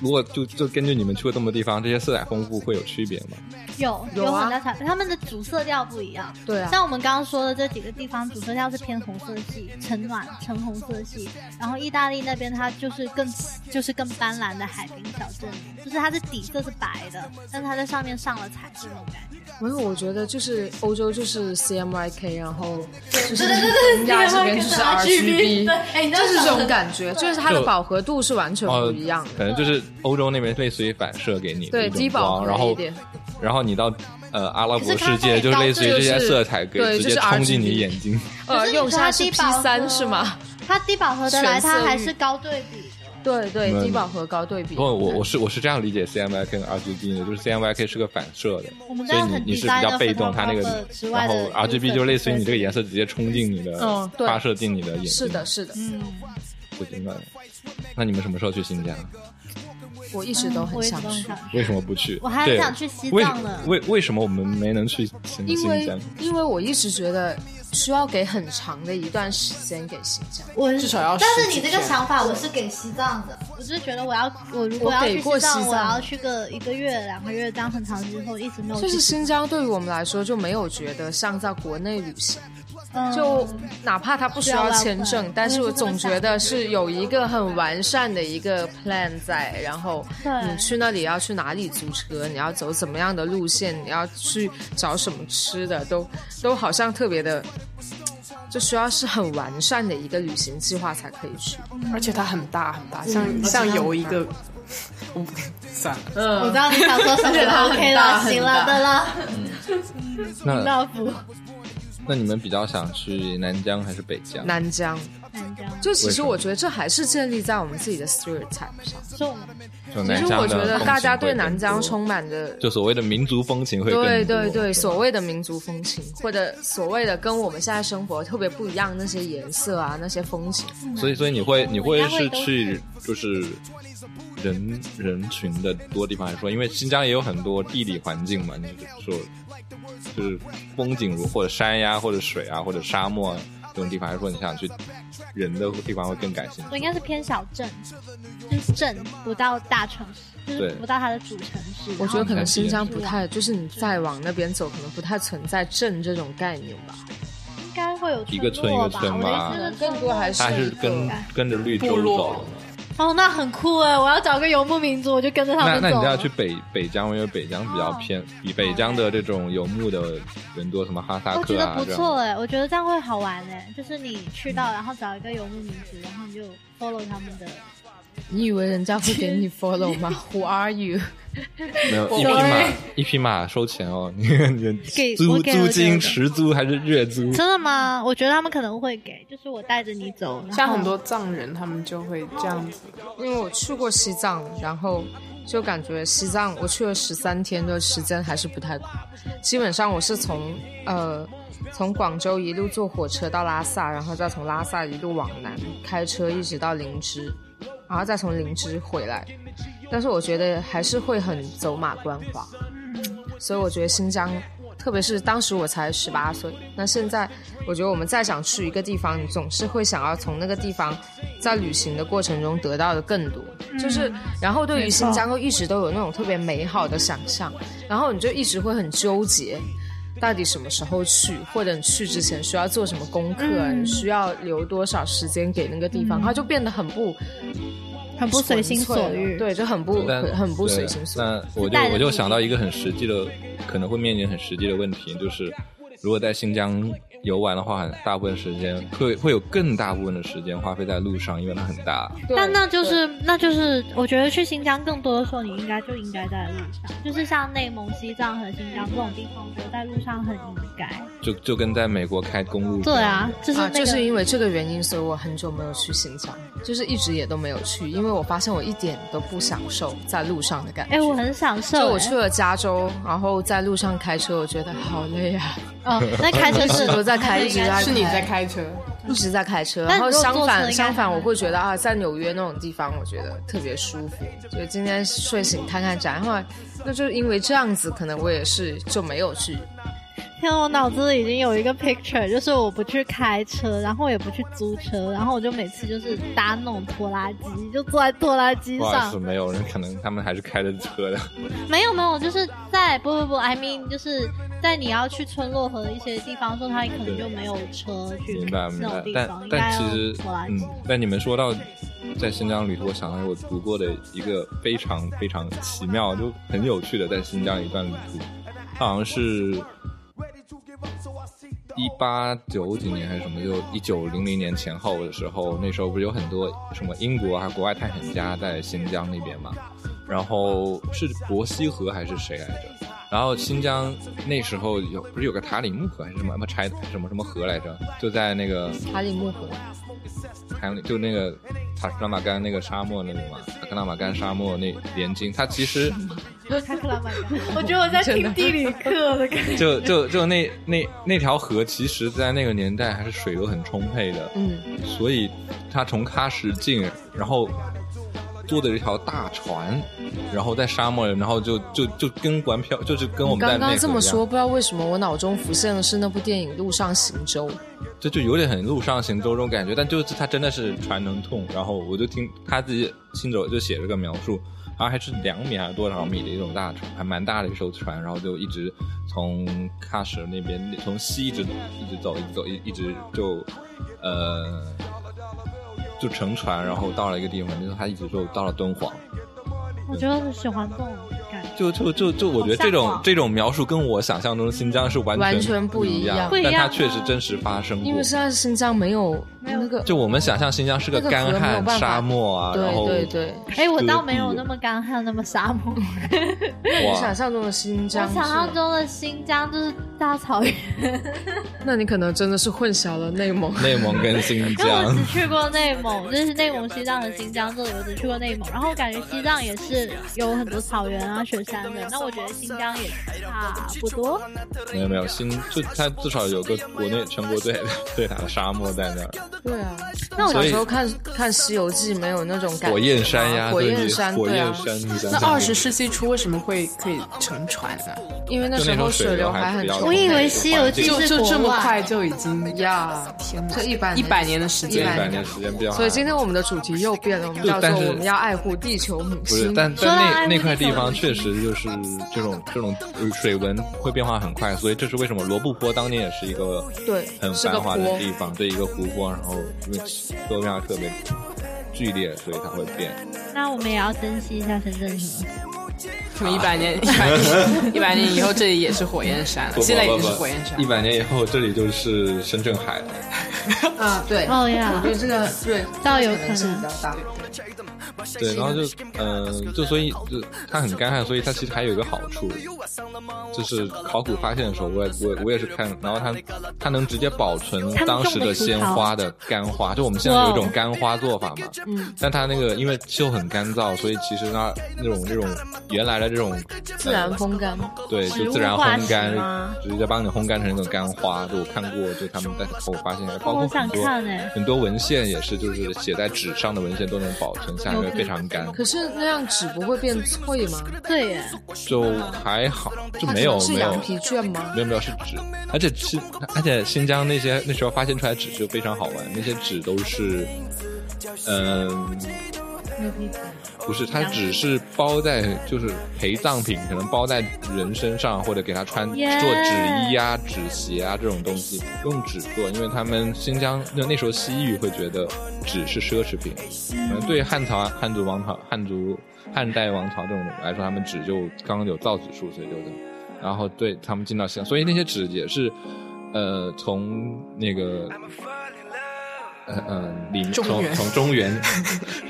如果就就根据你们去过这么多地方，这些色彩丰富会有区别吗？
有
有啊
很多彩，他们的主色调不一样。
对啊，
像我们刚刚说的这几个地方，主色调是偏红色系、橙暖、橙红色系，然后意大利那边它就是更就是更斑斓的海滨小镇，就是它的底色是白的，但是它在上面上了彩这种感觉。
没有，我觉得就是欧洲就是 CMYK，然后就是人家这边就是 RGB，就是
哎
这种感觉，就是它的
就
饱和度是完全不一样的。
哦可能就是欧洲那边类似于反射给你的
对
一种
低饱
光，然
和一
后
点，
然后你到呃阿拉伯
可是它
世界，
太
就是
高
类似于
这
这
就
些
是
色彩可
对
以直
就是
接冲进
RGB
你眼睛。
可
呃，
哦是你
用
说它
下是
低
P
饱
三
和嗯
是吗？
它低饱和的来，
全色域
它还是高对比的。
对对
没，有
低饱和高对比。
嗯不，我我是我是这样理解 CMYK 跟 RGB 的，就是 CMYK 是个反射的，
我们这
所以
样很
你你是
design
比较
的
被动，它那
photographer
个
之外
然
的
后 RGB 就类似于你这个颜色直接冲进你的
嗯对
发射进你的眼睛。
是的，，是的，
嗯
我明白了。那你们什么时候去新疆？啊
我一直都很
嗯我一直
想
都很
去。
想
为什么不去？
我还
对
想去西
为
藏呢
为为什么我们没能去新
因
新
为
疆？
因为我一直觉得需要给很长的一段时间给新疆。
我
至少要
但
十
是
几
你这个
天
想法，我是给西藏的。我就是觉得我要，我如果
我
要
给
去
过
西藏，
西
我
藏
要去个一个月、两个月，这样很长时间后一直没有去。
就是新疆对于我们来说就没有觉得像在国内旅行，
嗯
就哪怕它不需要签证，但是我总觉得是有一个很完善的一个 plan 在，然后
对
你去那里要去哪里租车，你要走怎么样的路线，你要去找什么吃的，都都好像特别的，就需要是很完善的一个旅行计划才可以去。
而且它很大很大，像像有一个， 我不算了。
我知道你想说 什么了，OK 了，行了的了，
那
到府
那你们比较想去南疆还是北疆？
南疆，
南疆，
就其
为
实
什么
我觉得这还是建立在我们自己的 stereotype 上。
就我们
就
其
南
实
疆
我
的
觉得
风
大家
情会
对南
更
疆
多
充满着
就所谓的民族风情会更
对
多
对对，所
吧
谓的民族风情，或者所谓的跟我们现在生活特别不一样那些颜色啊，那些风情，
所以所以你会你会
我应该
是
会都
去就是人人群的多地方来说，因为新疆也有很多地理环境嘛，你说就是风景如或者山呀、或者水啊，或者沙漠、啊、这种地方来说，你想去人的地方会更感兴
我应
趣。
该是偏小镇，就是镇不到大城市，就是
对
不到它的主城市。
我觉得可能新疆
是
不太，就是你再往那边走，可能不太存在镇这种概念吧。
应该会会有
一个村一个
落吧
村
我
吧
的意思
更
是村
多
落
还是
它是
一个
跟跟着绿洲
部落
走的。
哦，那很酷哎！我要找个游牧民族，我就跟着他
那
们
那
走。
你就要去北北疆，因为北疆比
哦
较偏，比北疆的这种游牧的人多，什么哈萨
我觉
克
得
啊
不
这
错
样。
哎，我觉得这样会好玩哎，就是你去到，然后找一个游牧民族，然后你就 follow 他们的。
你以为人家会给你 follow 吗？Who are you？
没有一匹马，一匹马收钱哦，你你
给
租
我给
租
我给
金
我
持租还是月租？
真的吗？我觉得他们可能会给，就是我带着你走。然
像
后
很多藏人，他们就会这样子，
因为我去过西藏，然后就感觉西藏我去了十三天的时间还是不太够。基本上我是从呃从广州一路坐火车到拉萨，然后再从拉萨一路往南开车一直到林芝，然后再从林芝回来。但是我觉得还是会很走马观花，所以我觉得新疆。特别是当时我才十八岁，那现在我觉得我们再想去一个地方，你总是会想要从那个地方在旅行的过程中得到的更多，就是然后对于新疆又一直都有那种特别美好的想象，然后你就一直会很纠结，到底什么时候去，或者你去之前需要做什么功课，你需要留多少时间给那个地方，它就变得很不
很不随心
纯粹
所
了
欲。，
对，就很不
但
很很不
对啊
随心所欲。
那我就
带着
我就
你
想到一个很实际的，可能会面临很实际的问题，就是如果在新疆游玩的话，很大部分时间会会有更大部分的时间花费在路上，因为它很大。
对
但那就是那就是，我觉得去新疆更多的时候，你应该就应该在路上，就是像内蒙、西藏和新疆这种地方，我觉得在路上很应该。
就就跟在美国开公路。
对啊，，就是
啊，
那个、
就是因为这个原因，所以我很久没有去新疆，就是一直也都没有去，因为我发现我一点都不享受在路上的感觉。
哎、我很享受、
就我
哎
去了加州，然后在路上开车，我觉得好累啊，
哦，那开车
一直
是
都在开一直在
还
开
是你在开车，
一直在开车。
但
然
如
后
果坐
相
车应
反
该
相反，
还好
我会觉得啊，在纽约那种地方，我觉得特别舒服。就今天睡醒看看展，后来那就是因为这样子，可能我也是就没有去。
天啊，我脑子已经有一个 picture，就是我不去开车，然后我也不去租车，然后我就每次就是搭那种拖拉机，就坐在拖拉机
不好意
上
思，。没有人，可能他们还是开着车的。
没有没有，就是在不不不，I mean，就是在你要去村落和一些地方的时候，他可能就没有车去
明白明
那
白
种，地
但
方，应
但
该
其实
要拖拉，
嗯
机。，
但你们说到在新疆旅途，我想到我读过的一个非常非常奇妙就很有趣的在新疆一段旅途，它好像是一八九几年还是什么，就一九零零年前后的时候，那时候不是有很多什么英国啊国外探险家在新疆那边嘛，然后是伯希和还是谁来着？然后新疆那时候有不是有个塔里木河还是什么什么柴什么什么河来着？就在那个
塔里木河，
还有那就那个塔克拉玛干那个沙漠那里嘛，塔克拉玛干沙漠那连经，它其实
开克拉玛干我觉得我在听地理课的感觉。
就就就那那那条河，其实在那个年代还是水流很充沛的，
嗯，
所以他从喀什进，然后坐的一条大船，然后在沙漠里，然后就就就跟玩漂，就是跟我们在
刚
那
刚
个
这么
一样
说，不知道为什么我脑中浮现的是那部电影《路上行舟》。
这就有点很路上行舟这种感觉，但就是他真的是船能痛，然后我就听他自己亲手就写了个描述，好像还是两米还是多少米的一呃种大船，还蛮大的一艘船，然后就一直从喀什那边从西一直一直走一直走一一直就呃就乘船，然后到了一个地方，就是他一直就到了敦煌，
我觉得很喜欢这种感觉。
就就就就我觉得这
好
种
向往
这种描述跟我想象中的新疆是完全
哦完全不
不
一
一
样
样，
不一
但
样
它
啊
确实真实发生过，
因为现在新疆没有
没有
那个，
嗯就我们想象新疆是个
那个
干
河没有
旱
办法
沙漠啊，然后
对对对，
哎、我倒没有那么干旱，那么沙漠。
你
哇
想，象中的新
我
疆是，
想象中的新疆就是大草原，
那你可能真的是混淆了内 蒙。
内蒙跟 新
因为我
疆
只去过内蒙，就是内蒙、西藏和新疆这里，我只去过内蒙。然后我感觉西藏也是有很多草原啊、雪山的，那我觉得新疆也差不多。
没有没有新，就它至少有个国内全国最 最大的沙漠在那儿，
对啊，
那我
小
所以
时候看看《西游记》没有那种感觉吗。
火焰山呀，
火
对
焰山，
火
对
焰
啊，
山，你想
那
想
二十世纪初为什么会可以乘船呢？
因为那
就
时
那
候
种
水
水
流
流还
很
比较
充
我以为《西游记》
就是就
国
这么
外
快就已经
呀，
天哪
这一百
一百年的时
这一
间，
百年时间比较好。
所以今天我们的主题又变了，我们
对
叫做
但是
我们要爱护地球母
不是
亲，。
但
说到
但
爱
那
慕
那块
地
地
球
方确实就是这种这种水文会变化很快，所以这是为什么罗布泊当年也是一个
对
很
是个
繁华的
湖
地方，对一个湖泊，然后因为多变化特别剧烈，所以它会变。
那我们也要珍惜一下深圳河。
可能一百
啊
年一百年一百年以后，这里也是火焰山了，现在已经是火焰山
一
了。
百年以后，这里就是深圳海了。
啊，对，
哦
我
呀
觉，得这个对
倒有
可能性比较大。
对，然后就
嗯
呃，就所以就它很干旱，所以它其实还有一个好处，就是考古发现的时候，我也我也我也是看，然后它它能直接保存
他们
当时
种的
的
葡
鲜
萄
花的干花，就我们现在有一种
哇嗯
干花做法嘛，但它那个因为气候很干燥，所以其实它那种那种原来的这种
自然风干，
对，
植
就
物
自然
化
烘
石
干
吗，
直接帮你烘干成一种干花。就我看过，就他们在后发现，包括
我
很
想
多
看哎
很多文献也是，就是写在纸上的文献都能保存下来，因为非常干，
可是那样纸不会变脆吗？
对耶，
就还好，就
它
没有
可能是
没有
羊皮卷吗？
没有没有是纸，而且新而且新疆那些那时候发现出来的纸就非常好玩，那些纸都是，嗯、不是，它只是包在就是陪葬品，可能包在人身上或者给他穿做
Yeah
纸衣啊、纸鞋啊这种东西，用纸做，因为他们新疆那那时候西域会觉得纸是奢侈品，可能对汉朝、啊汉族王朝、汉族汉代王朝这种来说，他们纸就刚刚有造纸术，所以就这样。然后对他们进到香，所以那些纸也是，呃，从那个，呃呃，里面
中
从
原
从 中原，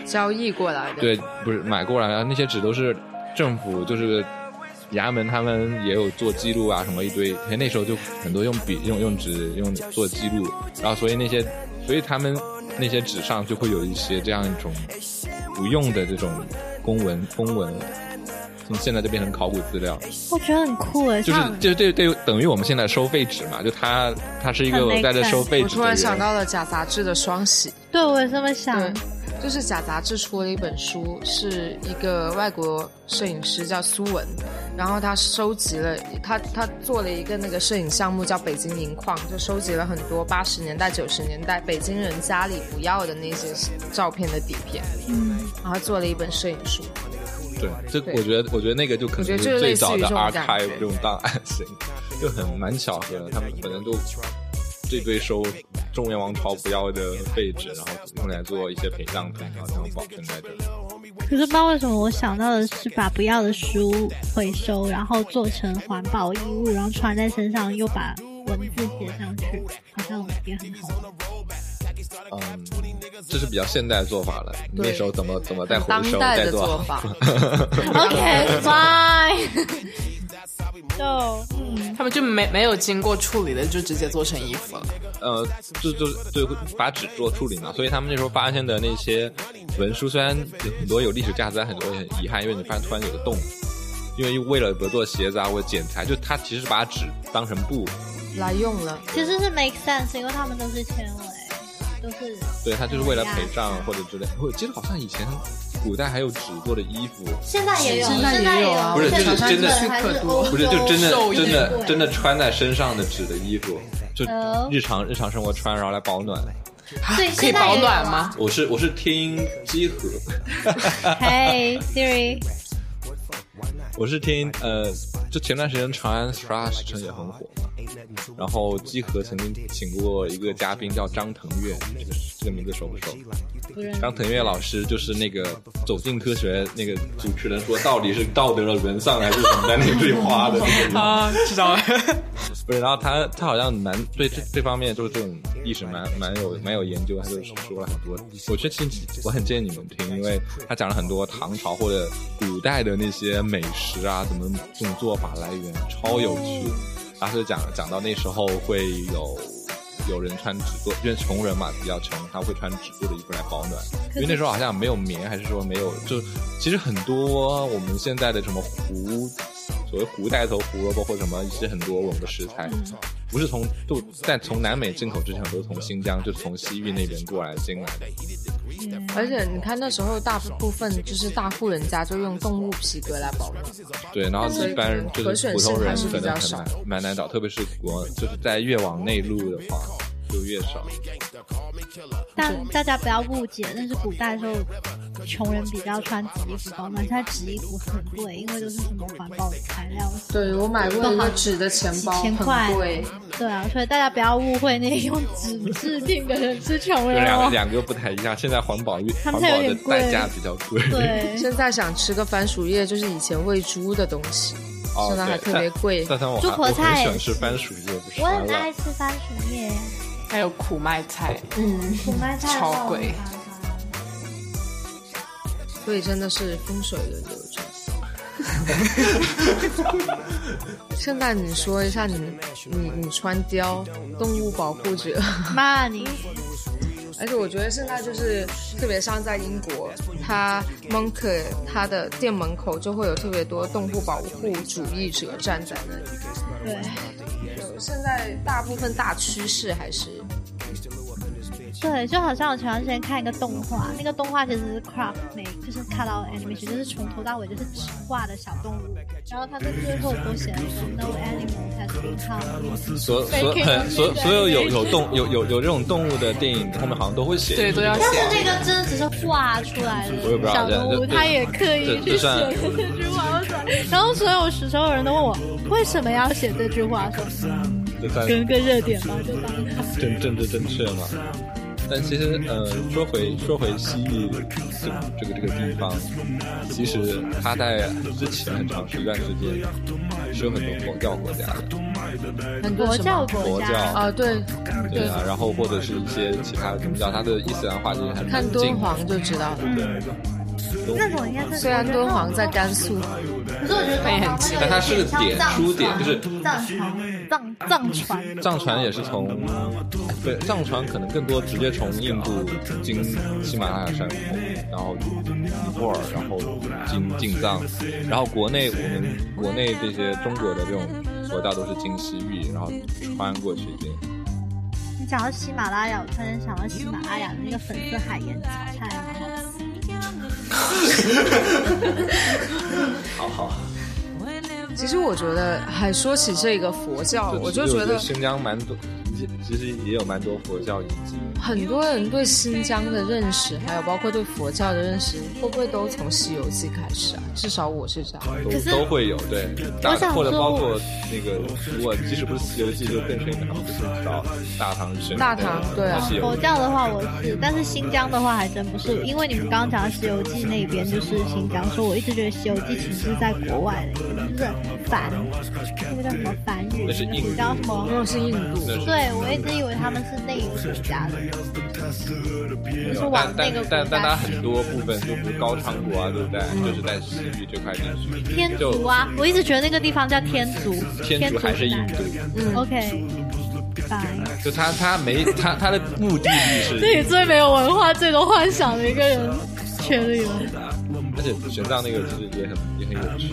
交易过来的，
对，不是买过来，然后那些纸都是政府就是衙门他们也有做记录啊，什么一堆，那时候就很多用笔、用用纸、用做记录，然后所以那些，所以他们那些纸上就会有一些这样一种不用的这种公文公文。从现在就变成考古资料，
我觉得很酷 哎，
就是
像
就是对对，等于我们现在收废纸嘛，就它它是一个
很 make
在这收废
我
纸
突
的
然
人。
想到了假杂志的双喜，
对我也这么想。
对，就是假杂志出了一本书，是一个外国摄影师叫苏文，然后他收集了他他做了一个那个摄影项目叫北京银矿，就收集了很多八十年代九十年代北京人家里不要的那些照片的底片，
嗯，
然后做了一本摄影书。
对，这
对
我觉得，我觉得那个就可
我觉得
能
就是是类
最
似于
早的
这种感
archive
觉
这种 档案型，就很蛮巧合的。他们可能就这堆收中原王朝不要的废纸，然后用来做一些陪葬品，啊然后然后保存在这里。
可是不知道为什么我想到的是把不要的食物回收，然后做成环保衣物，然后穿在身上，又把文字写上去，好像也很好玩。
嗯，这是比较现代的做法了。
对
那时候怎么怎么再回
当
收
代
再
的
做
做
好？
法，
OK，fine。就嗯，
他们就没没有经过处理的，就直接做成衣服了。
呃，就就对，把纸做处理嘛，所以他们那时候发现的那些文书，虽然有很多有历史价值，但很多也很遗憾，因为你发现突然有个洞，因为为了比如做鞋子啊或者剪裁，就他其实把纸当成布，
来用了。
其实是 make sense，因为他们都是纤维，都是
对他就是为了陪葬或者之类。我记得好像以前古代还有纸做的衣服，
现在也有，
现在也
也
有啊
不
有，
是
现在
就是真的
日本还是欧洲
不是就真的
寿衣
真的
对
真的穿在身上的纸的衣服，就
哦
日常日常生活穿，然后来保暖。
对，
可以
现在
保
也有
暖
啊？
吗？
我是我是听机核。
嘿 Siri，
我是听呃，就前段时间长安 Thrash 城也很火嘛，然后集合曾经请过一个嘉宾叫张腾岳，这个这个名字熟不熟？
不认
张腾岳老师就是那个《走进科学》那个主持人说，到底是道德的沦丧还是什么在那里花的那个
哦
人？
啊，知道了。
不是，然后他他好像蛮对这这方面就是这种意识蛮蛮有蛮有研究，他就是说了很多。我觉得其实我很建议你们听，因为他讲了很多唐朝或者古代的那些美食啊，怎么这种做法来源，超有趣。然后就讲讲到那时候会有。有人穿纸做，因为穷人嘛比较穷，他会穿纸做的衣服来保暖。因为那时候好像没有棉，还是说没有，就其实很多我们现在的什么胡，所谓胡带头、胡萝卜或者什么，其实很多我们的食材
嗯
不是从就在从南美进口之前，都是从新疆，就是从西域那边过来进来的。
而且你看那时候大部分就是大户人家就用动物皮革来保护，
对，然后一般人就
可
是
选
普
性
通
还
人
是比
可能
较
很
少
难蛮难找，特别是国就是在越往内陆的话就越少。
但大家不要误解，那是古代的时候，穷人比较穿纸衣服保暖，现在纸衣服很贵，因为都是什么环保材料。
对我买过一个纸的钱包，
几千块
很贵。
对啊，所以大家不要误会，那些用纸制定的人是穷
就
人
两个
哦。
两个又不太一样，现在环保越
他
环保
们现在有
的
点
代
贵
价比较贵。
对，
现在想吃个番薯叶，就是以前喂猪的东西，
哦
现在还特
对
别 贵。
但但我还
猪
我
婆
很
菜
喜欢吃番薯叶，不是
我
番
很
辣
爱。吃番薯叶，
还有苦麦菜，
嗯，
苦麦菜
超
肉
贵
饭
所以真的是风水轮流 转。现在你说一下你你你穿貂动物保护者，
骂你，
而且我觉得现在就是特别像在英国，它 Monk 它的店门口就会有特别多动物保护主义者站在那里。
对，
就现在大部分大趋势还是
对，就好像我前段时间看一个动画，那个动画其实是 craft 美，就是 color animation，就是从头到尾就是只画的小动物，然后它在最后都写了一个 no animal has been harmed，
所所
Baking
很所
Potato
所有有有动有有有这种动物的电影后面好像都会写，
对，都要
但
写
是。那个真的只是画出来
我也不知
的
道
小动物，
这这
他也刻意
这
去
这
写
算
这句 话，我说然后所有所有人都问我为什么要写这句话，说
就算
跟个热点吧，就当
政政治正确嘛。啊但其实，呃，说回说回西域这这个这个地方，其实它在之前很长时段时间是有很多佛教国家的，
很多
国
什
教
么
国
佛
家。
教
啊，对，
对啊，然后或者是一些其他的宗教，它的伊斯兰化其实还
看
蛮
敦
近的。
煌就知道了。
那种应该是
虽然敦煌在甘肃，
可是我觉得敦煌那个
但它是
有点
点
像
书点，就是
藏传藏藏传，
藏传也是从，哎对，藏传可能更多直接从印度经喜马拉雅山口，然后尼泊尔，然后经进藏，然后国内我们国内这些中国的这种佛教都是经西域，然后穿过去的。
你讲到喜马拉雅，我突然想到喜马拉雅的那个粉色海盐炒菜蛮好吃的。
其实我觉得，还说起这个佛教，哦我就
其实
觉
我
得
新疆蛮多，其其实也有蛮多佛教遗迹。
很多人对新疆的认识，还有包括对佛教的认识，会不会都从《西游记》开始啊？至少我是这样。
都
可是
都会有对，大
我想
或者
说
包括那个，如果即使不是《西游记》，就更深一点，就是到大唐神
大唐对啊
西游
佛教的话我是，但是新疆的话还真不是，因为你们刚刚讲到《西游记》那边就是新疆，所以我一直觉得《西游记》其实是在国外的，就是梵，那个叫什么梵语，
那是印度
你知道什么？
因为是印度，
那是
对，我一直以为他们是那一个国家的，就是往
但但
那个国
但但它
家
很多部分就不高昌国啊，对不对？就是在西域这块地区，
天
就
竺啊，我一直觉得那个地方叫天竺，
天竺还是印度，
嗯，OK，拜。
就它它没它它的目的地是
这里
印度，
最没有文化、最多幻想的一个人，确立了。
而且玄奘那个其实也很也很有趣。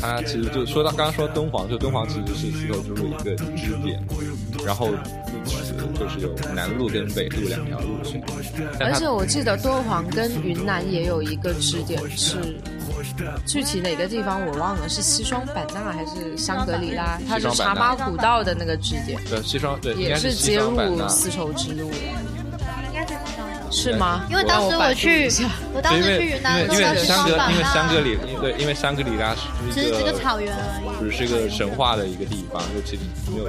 它其实就说到刚刚说敦煌，就敦煌其实是丝绸之路一个支点，然后就是就是有南路跟北路两条路线，但
而
它
且我记得敦煌跟云南也有一个支点是，具体哪个地方我忘了，是西双版纳还是香格里拉？它是
西
茶
双版
马
纳
古道的那个支点，
对西双对应
也
该是西
接
双版
入
纳。
丝绸之路的，是吗？
因为当时我去，我当
对，
时
因为
去啊云南
因
的
为因
时候
为
是
香
双
格
版纳，
因为香格里对，因为香格里拉是一
只是这个草原而
只是一个神话的一个地方，就其实没有。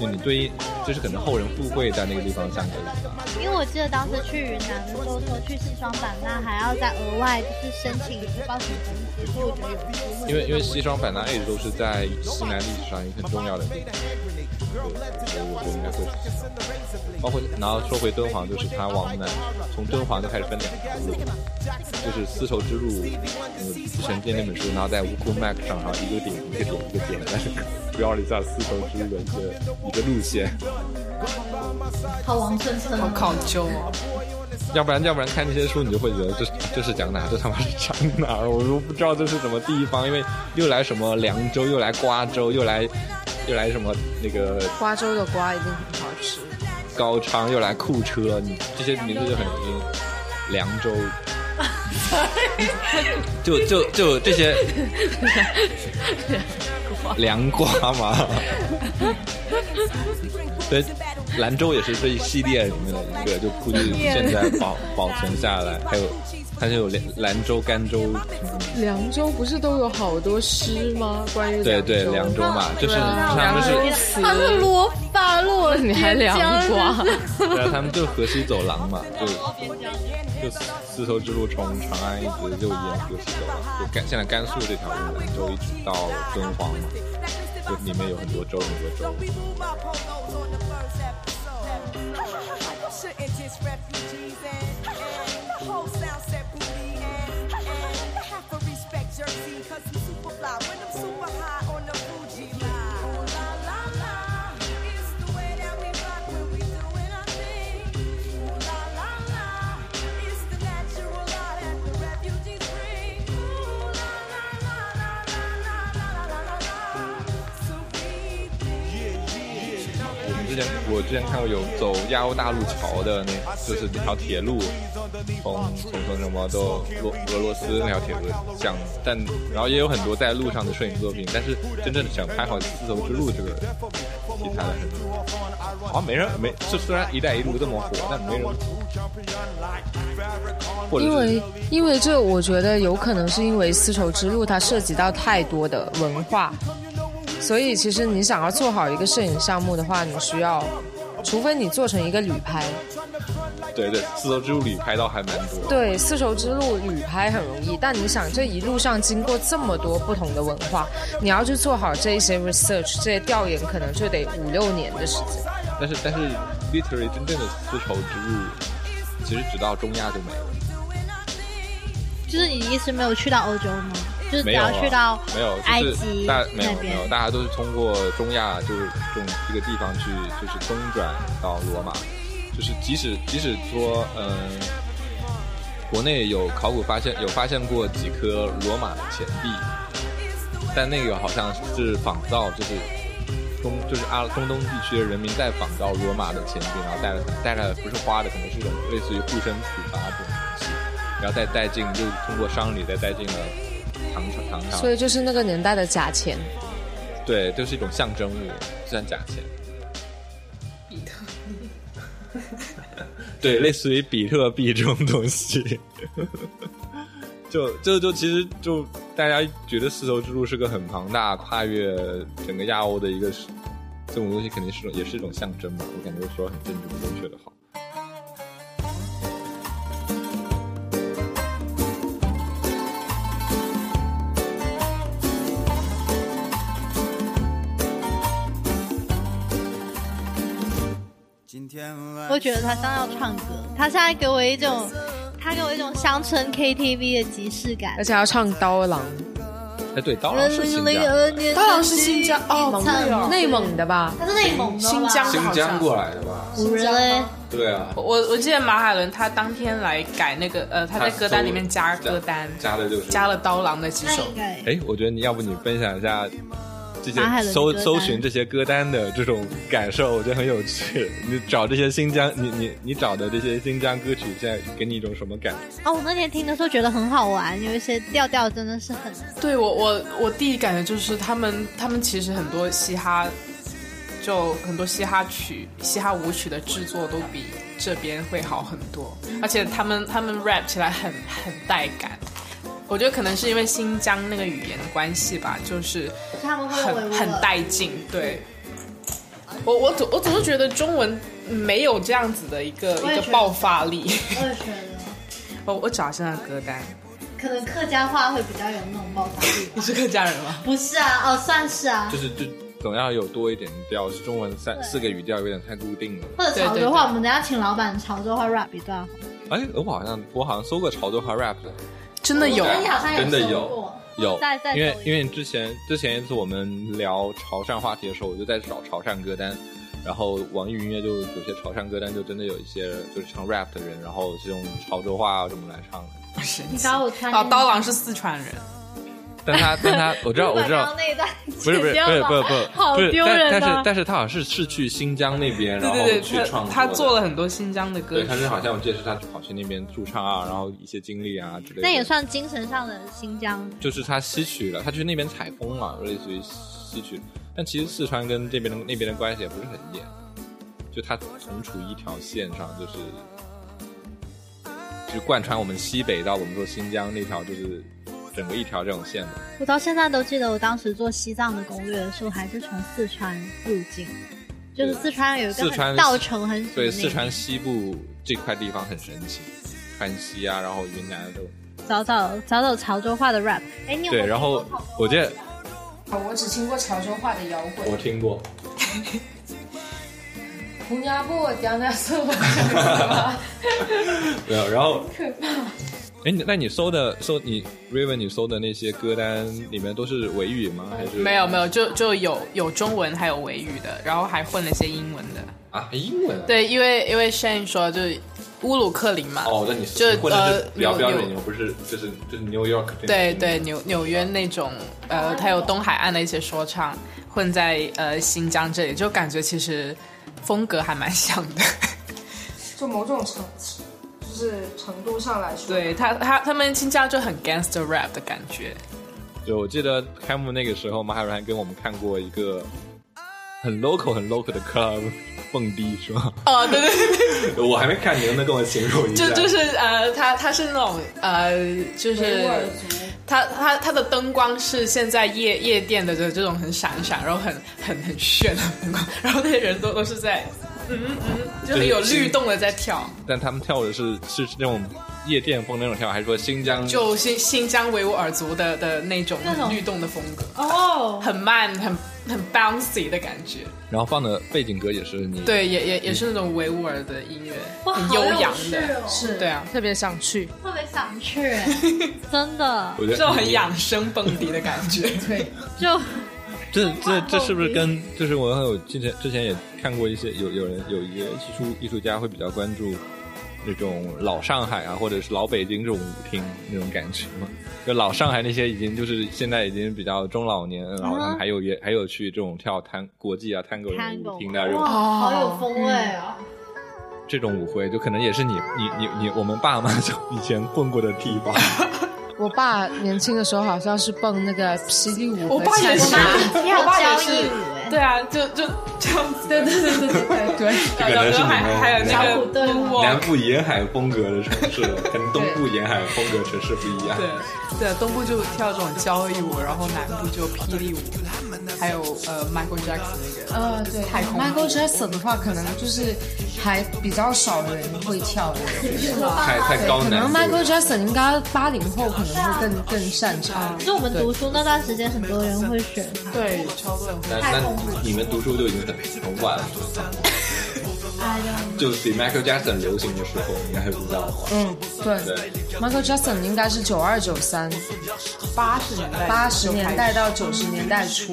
就你对于，就是可能后人富贵在那个地方相隔离吧。
已。因为我记得当时去云南的时候，说去西双版纳还要再额外就是申请一个报请公司，所以我觉得有意思。
因为因为西双版纳一直都是在西南历史上一个很重要的地方，所以我觉得应该会是。包括然后说回敦煌，就是它往南，从敦煌就开始分两条路，就是丝绸之路，呃，《神剑》那本书，然后在 Google Map 上，然后一个点一个点一个点，来标了一下丝绸之路的一个一个路线。
好王村村
好考究哦，
要不然，要不然看这些书，你就会觉得这是这是讲哪，这他妈是讲哪儿？我都不知道这是什么地方，因为又来什么凉州，又来瓜州，又来又来什么那个
瓜州的瓜一定很好吃，
高昌，又来库车，你这些名字就很阴。凉州，就就就这些凉瓜嘛。对，兰州也是这一系列里面的一个，就估计现在保保存下来，还有它就有兰兰州、甘州什么的。
凉州不是都有好多诗吗？关于
对 对，凉州嘛，就是他们是，
他是罗发落，
你还凉瓜？
对啊，他们就河西走廊嘛，就就丝绸之路从长安一直就沿河西走廊，就甘现在甘肃这条路，兰州一直到敦煌嘛，就里面有很多州，很多州。之前我之前看过有走亚欧大陆桥的那，就是那条铁路，从从从什么都俄俄罗斯那条铁路想，但然后也有很多在路上的摄影作品，但是真正想拍好丝绸之路这个题材的很，好像没人没，就虽然“一带一路”这么火，但没人，或者
因
是
为因为这，我觉得有可能是因为丝绸之路它涉及到太多的文化，所以其实你想要做好一个摄影项目的话，你需要，除非你做成一个旅拍，
对对，丝绸之路里拍到还蛮多，
对，丝绸之路旅拍很容易，但你想这一路上经过这么多不同的文化，你要去做好这一些 research，这些调研可能就得五六年的时间。
但是但是 literally 真正的丝绸之路，其实直到中亚就没了。
就是你一直没有去到欧洲吗？就是只
没有
要
啊
去到
没有，
埃
就是
及
大没
那
有没
边
有，，大家都是通过中亚就是这种这个地方去，就是东转到罗马，就是即使即使说嗯、国内有考古发现有发现过几颗罗马的钱币，但那个好像是仿造，就是。中就是阿中东地区的人民在仿造罗马的钱币，然后带了带了不是花的，可能是一种类似于护身符吧这种东西，然后再带进，就是通过商旅再带进了唐朝唐朝。
所以就是那个年代的假钱，
对，就是一种象征物，就像假钱。
比特
对，类似于比特币这种东西。就就就其实就大家觉得丝绸之路是个很庞大、跨越整个亚欧的一个事这种东西，肯定是种也是一种象征吧。我感觉说得很政治不正确的好。
今天晚
我觉得他像要唱歌，他现在给我一种，他给我一种乡村 KTV 的即视感
而。且要唱刀郎，
哎，对，刀郎是新疆，
当然是新疆哦，
内蒙的吧？
他是内蒙的吧
新疆新疆过
来的吧？
古人嘞，
对啊，
我我记得马海伦他当天来改那个呃，他在歌单里面加歌单，
加的就是
加了刀郎的几
那
首。
应该
哎，我觉得你要不你分享一下这些
马海伦的
搜
歌单
搜寻这些歌单的这种感受，我觉得很有趣。 你找这些新疆，你你你找的这些新疆歌曲，现在给你一种什么感觉？
哦，我那天听的时候觉得很好玩，有一些调调真的是很
对我我我第一感觉就是他们他们其实很多嘻哈，就很多嘻哈曲、嘻哈舞曲的制作都比这边会好很多，而且他们他们 rap 起来很很带感。我觉得可能是因为新疆那个语言的关系吧，就是
他们会维
很
吾尔
很带劲。对，我我总我总是觉得中文没有这样子的一个
我也
一个
觉得
爆发力。
二选的，
我我找一下那个歌单，
可能客家话会比较有那种爆发力。
你是客家人吗？
不是啊，哦，算是啊
就，是就总要有多一点调，中文三四个语调有点太固定了。
或者潮
对对
州话，
对
我们等一下请老板潮州话 rap 一段。
哎，我好像我好像搜过潮州话 rap 的，
真的有
我觉得你好像
真的
搜
有
过。
有
再再，
因为
搜一
因为之前之前一次我们聊潮汕话题的时候，我就在找潮汕歌单，然后网易云音乐就有些潮汕歌单就真的有一些就是唱 rap 的人，然后是用潮州话啊什么来唱的。
神
你
奇
知道我突然
哦，刀郎是四川人，
但他但 他我知道我知
刚
道
刚，那一段
不是不是不是不是不是，
好
不是
丢
但
人啊
但
呐
是但是他好像是是去新疆那边，
对
然后
对
去
对，
创
他他
作的
做了很多新疆的歌
对，
曲，
他是好像我记得是他跑去那边驻唱啊，然后一些经历啊之类的。
那也算精神上的新疆。
就是他吸取了，他去那边采风嘛，类似于吸取。但其实四川跟这边的那边的关系也不是很远，就他同处一条线上，就是就贯穿我们西北到我们说新疆那条，就是整个一条这种线的。
我到现在都记得，我当时做西藏的攻略的时候，还是从四川入境，就是
对
四川有一个
四川
很稻城很紧
对，
密
四川西部这块地方很神奇，川西啊，然后云南都
早早早早潮州话的 rap。哎，你有没有
对。然后
听过潮州话
我记得
我只听过潮州话的摇滚。
我听过，
红鸭布，江南色吧，什么
没有，然后
可怕。
哎，你那你搜的搜你 Raven 你搜的那些歌单里面都是维语吗？还是
没有没有，就就有有中文还有维语的，然后还混了些英文的。
啊？还英文啊？
对，因为因为 Shane 说就是乌鲁克林嘛，
哦，那你
就
或者是
呃
比较
有
标准，
有
你不是就是就是 New York 这种
对对，纽纽约那种，呃，它有东海岸的一些说唱，混在呃新疆这里，就感觉其实风格还蛮像 的。
就某种程，就是程度上来说，，
对他他他们新疆就很 gangster rap 的感觉，
就我记得开幕那个时候，马海伦还跟我们看过一个很 local 很 local 的 club 蹦迪是吧？
哦，对对对，
我还没看，你能不能跟我形容一下？
就就是呃，他他是那种呃，就
维
是
吾尔族，
它它它的灯光是现在夜夜店的这这种很闪闪，然后很很很炫的灯光，然后那些人都都是在，嗯嗯，就很有律动的在跳，
但他们跳的是是那种夜店风那种跳，还是说新疆
就新新疆维吾尔族的的那种
那种
律动的风格，
哦，
很慢，很很 bouncy 的感觉，
然后放的背景歌也是你
对，也也也是那种维吾尔的音乐，
哇，
很
好
悠
有
扬
趣
的，
哦，
是
对，啊，
特别想去。
特别想去，哎真的
我觉
这
得
种很养生蹦迪的感觉， 对，
就
这这这是不是跟就是我有之前之前也看过一些有有人有一些艺术艺术家会比较关注那种老上海啊，或者是老北京这种舞厅那种感觉嘛？就老上海那些已经就是现在已经比较中老年，然后他
啊
们还有也还有去这种跳探国际啊探戈这种舞厅的这
哇，
种
好有风味啊！
这种舞会，就可能也是你你你你我们爸妈就以前混过的地方。
我爸年轻的时候好像是蹦那个霹雳舞，
我爸也是，我
我
爸
爸
也
也
是
是，
对啊，就就这样子，对对对对对对，
这可能是你
还
们
还有那
小
个
虎队吗
我
南部沿海风格的城市跟东部沿海风格城市不一样。
对对，啊东部就跳这种交谊舞，然后南部就霹雳舞，还有呃 Michael Jackson 那个
呃，对
太空
，Michael Jackson 的话，可能就是还比较少人会跳的，是吧？
太太高
可
难
能
度了。
Michael Jackson 应该八零后可能会更更擅长。
就我们读书那段时间，很多人会学它。
对，超多人会
那那你们读书就已经很很晚了，
哎
就比 Michael Jackson 流行的时候应该还比较晚。
嗯，对
对，
，Michael Jackson 应该是九二九三，
八十年代
八十年代到九十年代初，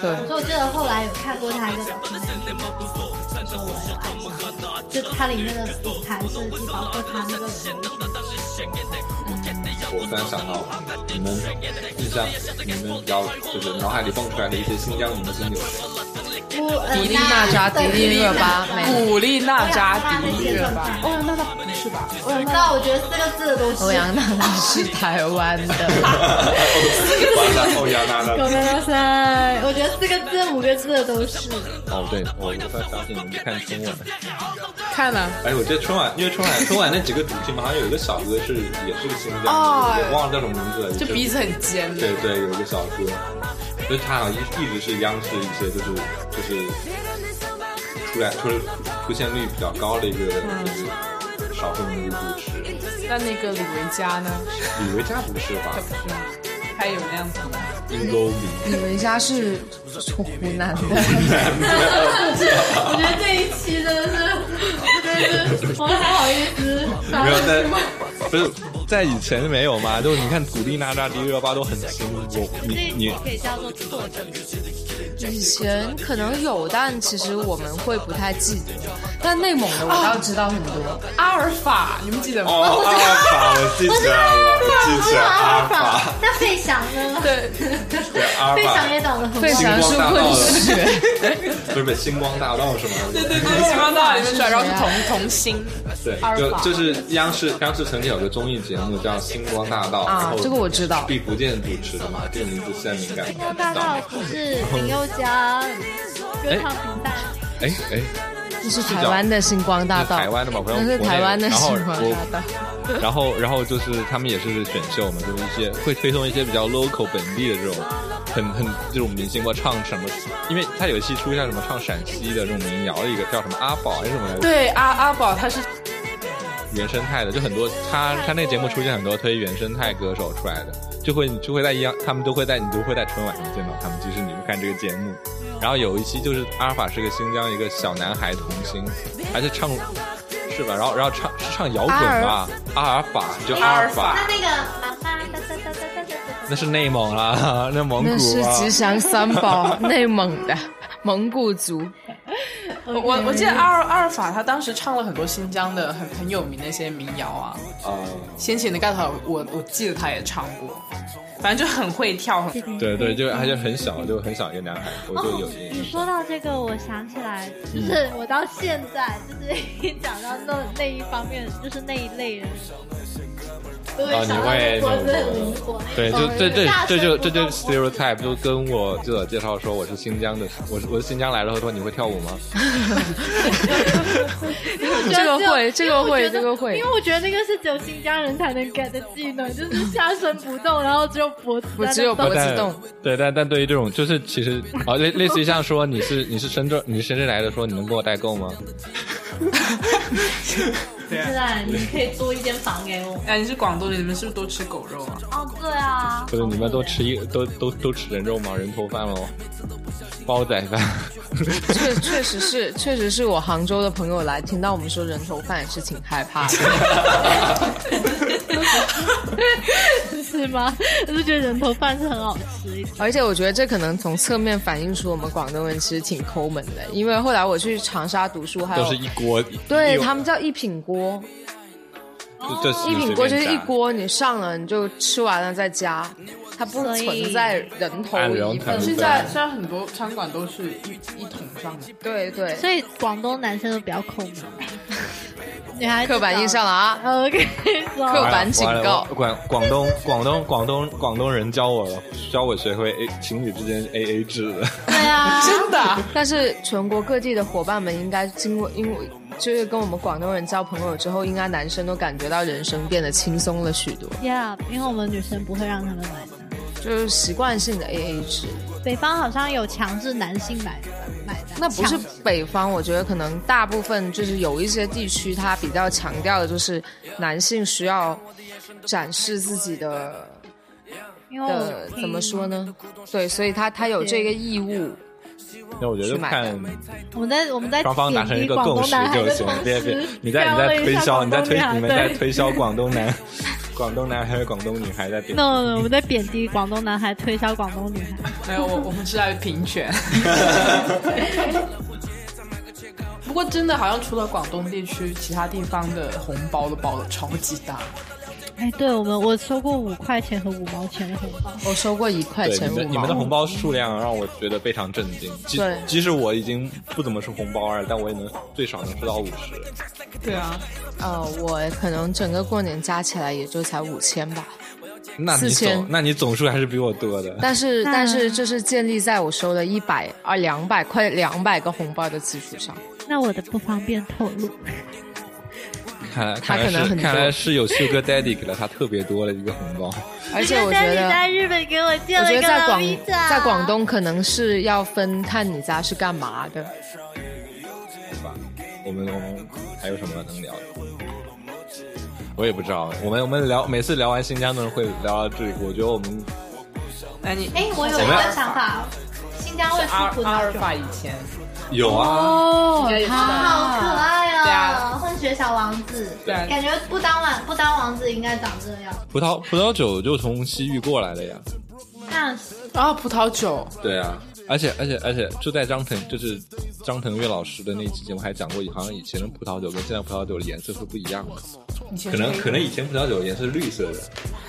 对。
所以我记得后来有看过他一个表情包，说我有爱上你，就它里面的舞台设计，包括他那个人物，
我突然想到，你们印象，你们比较就是脑海里蹦出来的一些新疆明 星有谁？
乌呃
迪丽娜扎、迪丽热巴、美
古力娜扎
迪
迪丽热巴，
欧阳娜娜不是吧？欧阳娜娜，我觉得四个字的东西。
欧阳娜娜是台湾的，
完了，哦欧阳娜娜。
娜娜，我觉得四个字、五个字的都是。
哦，对，我我突然想起你们看春晚，
看了。
哎，我记得春晚，因为春晚春晚那几个主题嘛，好像有一个小哥是也是个新疆的，
哦
我忘了叫什么名字了，
就鼻子很尖的
对，对，有一个小哥，就他好像一一直是央视一些就是就是出来出出现率比较高的一个就是少数民族主持。
那那个李维嘉呢？
李维嘉不是吧
他？不是吗？他有那样子吗？
阴沟里
李维嘉是湖南的，
我觉得这一期真的是，真的是，我还好意思。
没有在， 不是在以前没有嘛？就你看古力娜扎、迪丽热巴都很新，我你你
可以叫做错的。
以前可能有，但其实我们会不太记得。
但内蒙的我倒知道很多，
阿尔法，你们记得吗？
哦，阿尔法，我记起来了，记起来阿尔法，
那费翔呢？
对，
对阿尔
费翔
法
也，长得很
费
好。
翔是混血，
不是不是星光大道是吗？对
对对，星光大道里面主要是童童星，
对
阿，尔
就
法
就是央视央视曾经有个综艺节目叫《星光大道》，
啊
然后
这个我知道
毕福剑主持的嘛，这个名字现在敏感应该
光
知
大
道
道。不是林宥嘉歌唱比赛，
哎哎，
这是台湾的星光大
那
道，
台湾的嘛，朋友，
那是
国内
台湾的
然后
星光
我
大道。
然后，然后就是他们也是选秀嘛，就是一些会推送一些比较 local 本地的这种，很很这种明星吧，唱什么？因为他有一期出像什么唱陕西的这种民谣的一个叫什么阿宝还是什么来着，
对阿阿宝他是
原生态的，就很多他他那节目出现很多推原生态歌手出来的，就会你就会在一样，他们都会在你都会在春晚上见到他们，即使你不看这个节目。然后有一期就是阿尔法是个新疆一个小男孩童星，而且唱是吧？然后然后唱是唱摇滚吧，阿尔法就阿尔法。
那那个妈妈哒哒哒哒哒哒
那是内蒙啦，那蒙古
那是
啊
吉祥三宝，内蒙的蒙古族。
我我我记得阿尔阿尔法他当时唱了很多新疆的很很有名的一些民谣啊，
啊，
先前的盖头我我记得他也唱过，反正就很会跳，很
哒。
对对，就而且很小，就很小一个男孩，我就有
哦，
印象。
你说到这个，我想起来，
嗯
就是我到现在，就是一讲到那那一方面，就是那一类人，都会
啊，
想
你
到
会
我
那
是
种
很灵活。
对，就这这
大
这
声
就
不
这就是
够活
stereotype，就跟我记者介绍说我是新疆的，我是我是新疆来了后说你会跳舞吗？
我觉得
这个
只有
会这个会
因为我觉
这个会
得因为我觉得那个是只有新疆人才能 get 的技能，就是下身不动，然后只有脖子在那动。
我只有脖子
但
动
对，但但对于这种就是其实啊，类类似于像说你是你是深圳你是深圳来的，说你能给我代购吗？
是啊，你可以租一间房给我。
哎，你是广东人，你们是不是都吃狗肉啊？
哦，对啊，
不是你们都吃一都都都吃人肉吗？人头饭喽，煲仔饭。
确确实是，确实是我杭州的朋友来，听到我们说人头饭也是挺害怕的。
是吗？我是觉得人头饭是很好吃一点。
而且我觉得这可能从侧面反映出我们广东人其实挺抠门的，因为后来我去长沙读书，还
都
有
是一锅，
对他们叫一品锅，
就就
一品锅就是一
锅。
锅，你上了你就吃完了再加，它不
所以
存在人头
按人
一
头
嗯
份。
现在现在很多餐馆都是一一桶上的，
对对，
所以广东男生都比较抠门，女孩子
刻板印象了啊！
早。OK，
刻
刻
板警
完了
告
我广广东广东广东广东人教我了，教我学会 A 情侣之间 A A 制的。
对啊，
真的啊
但是全国各地的伙伴们应该经过，因为就是跟我们广东人交朋友之后，应该男生都感觉到人生变得轻松了许多，
Yeah，因为我们女生不会让他们买单。
就是习惯性的 A A 制。
北方好像有强制男性买买单，
那不是
强
北方，我觉得可能大部分就是有一些地区，它比较强调的就是男性需要展示自己的
因为
的
我听
怎么说？呢？对，所以他他有这个义务。
那我觉得
去买
看
我们在我们 在
双方达成一个共识就行，别别，你在你在推销，你在推你们在推销广东男、广东男还有广东女孩在点。
no no，我们在贬低广东男孩，推销广东女孩。
没有，我我们是在评选。 不过真的好像除了广东地区，其他地方的红包都包的超级大。
哎，对我们我收过五块钱和五毛钱的红包，
我哦收过一块
对
钱五
你
毛
们你们的红包数量让我觉得非常震惊，即
对
即使我已经不怎么吃红包了，但我也能最少能吃到五十。
对啊，
呃，我可能整个过年加起来也就才五千吧，
那你
4000
总那你总数还是比我多的。
但是
那
但是这是建立在我收了一百啊两百快两百个红包的基础上，
那我的不方便透露。
看来看来
可能
是
很多
看来是有 Sugar Daddy 给了他特别多的一个红包。
而且我觉
你在
得。
日本给我借
我
了
觉
一
得
个
在
拉
广
米达
在广东可能是要分看你家是干嘛的，
吧。我们我们还有什么能聊的？我也不知道。我们我们聊每次聊完新疆的人会聊到这里，我觉得我们
那你
哎，我有
怎
一
么样
个想法，新疆会出
阿
葡
阿尔
萄酒，哦
法以前
有啊，
应该也知道，
好可爱
对
啊，
啊
混血小王子，
对啊
感觉不当王不当王子应该长这样。
葡萄葡萄酒就从西域过来的呀。
那
然后葡萄酒，
啊对啊，而且而且而且就在张腾，就是张腾岳老师的那期节目还讲过，好像以前的葡萄酒跟现在葡萄酒的颜色是不一样的，
以前
可能
黑
可能以前葡萄酒颜色是绿色的，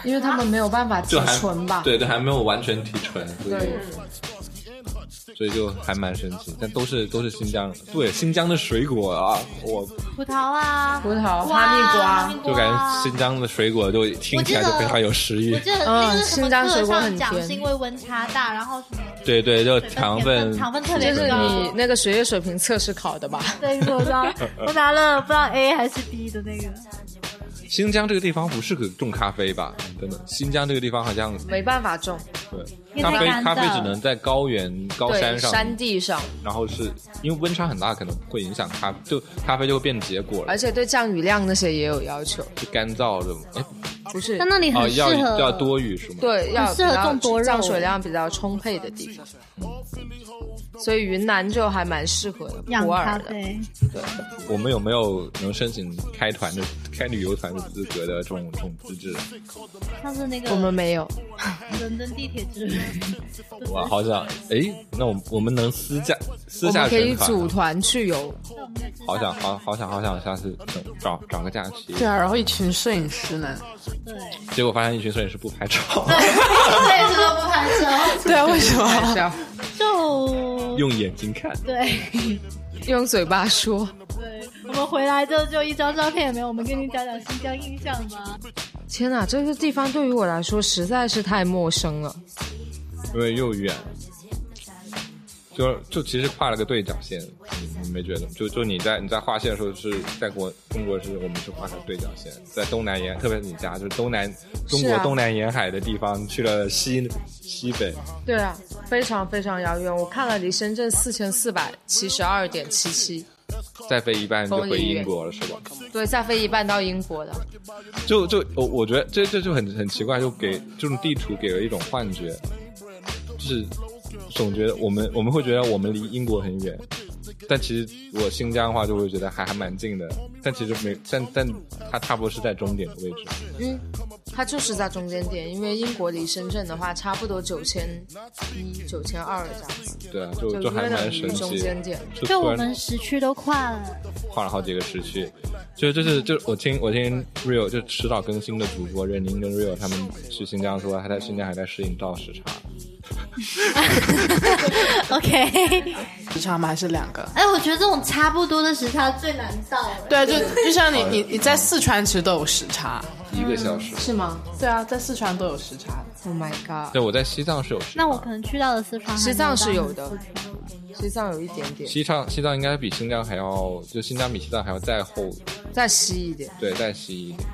因为他们没有办法提
就还
纯吧，
对对，还没有完全提纯，所
对
以所以就还蛮神奇，但都是都是新疆，对新疆的水果啊，我
葡萄啊，
葡萄、
哇
哈密
哈
瓜
密，瓜
就感觉新疆的水果就听起来就非常有食欲
我，记得
嗯
那个是什么
新疆水
课
果很
上讲
甜
是因为温差大，然后什么
对对，就
水分
糖
甜
分
糖分特别
就是
高。
你那个学业水平测试考的吧？
对，我拿我拿了不知道 A 还是 B 的那个，
新疆这个地方不适合种咖啡吧？真的，新疆这个地方好像
没办法种，
对
因为
咖
太
啡
干
咖啡
燥
只能在高原高
对，
山上，
山地上，
然后是因为温差很大，可能会影响咖就咖啡就会变结果了
而，且对降雨量那些也有要求，
就干燥的嘛。哎，
不是
那里
哦，
很适
要
合
要多雨是吗？，
对，要
适合
比较
种多肉
降水量比较充沛的地方。嗯所以云南就还蛮适合的，
养
普
咖
洱的。
啡。
我们有没有能申请开团的开旅游团的资格的这种这种资质？
上次那个
我们没有，
伦敦地铁之旅，
我好想哎，那我们我们能私下私
我
下啊
们可以
成团
组
吗
团去游，
好想好好想好想下次等找找个假期，
对啊，然后一群摄影师呢？
对，
结果发现一群摄影师不拍照，
对，这都不拍摄，
对啊，为什么？
是啊
就
用眼睛看。
对
用嘴巴说。
对，我们回来之后就一张照片也没有。我们跟你讲讲新疆印象吧。
天哪，这个地方对于我来说实在是太陌生了。
因为又远，就就其实跨了个对角线，你你没觉得吗？就就你在你在划线的时候是在国中国是我们是画个对角线，在东南沿，特别是你家就是东南中
是
国
啊
东南沿海的地方去了西西北，
对啊，非常非常遥远。我看了离深圳四千四百七十二点七七，
再飞一半就
风
回
里
英
远
国了，是吧？
对，再飞一半到英国的。
就就我我觉得这这就很很奇怪，就给这种地图给了一种幻觉，就是总觉得我们我们会觉得我们离英国很远，但其实我新疆的话就会觉得还还蛮近的，但其实没但但它差不多是在终点的位置，
嗯，它就是在中间点，因为英国离深圳的话，差不多九千一、九千二这样子，
对啊，就
就
就
约
还
等
蛮
于
神
中
奇
间点。
就
就
突
我
然
们时区都跨了，
换了好几个时区，就就是就我听我听 Real 就迟早更新的主播任宁跟 Real 他们去新疆说还在新疆还在适应到时差，
OK，
时差吗？还是两个？
哎，我觉得这种差不多的时差最难到。
欸
对啊，就就像 你你你在四川其实都有时差。
一个小
嗯
时。
是吗
对啊，在四川都有时差的。
？Oh my god！
对，我在西藏是有时差
那我可能去到了四川，
西藏是有的
还没到四川
西藏有一点点，
西藏西藏应该比新疆还要，就新疆比西藏还要再后，
再西一点。
对，再西一点。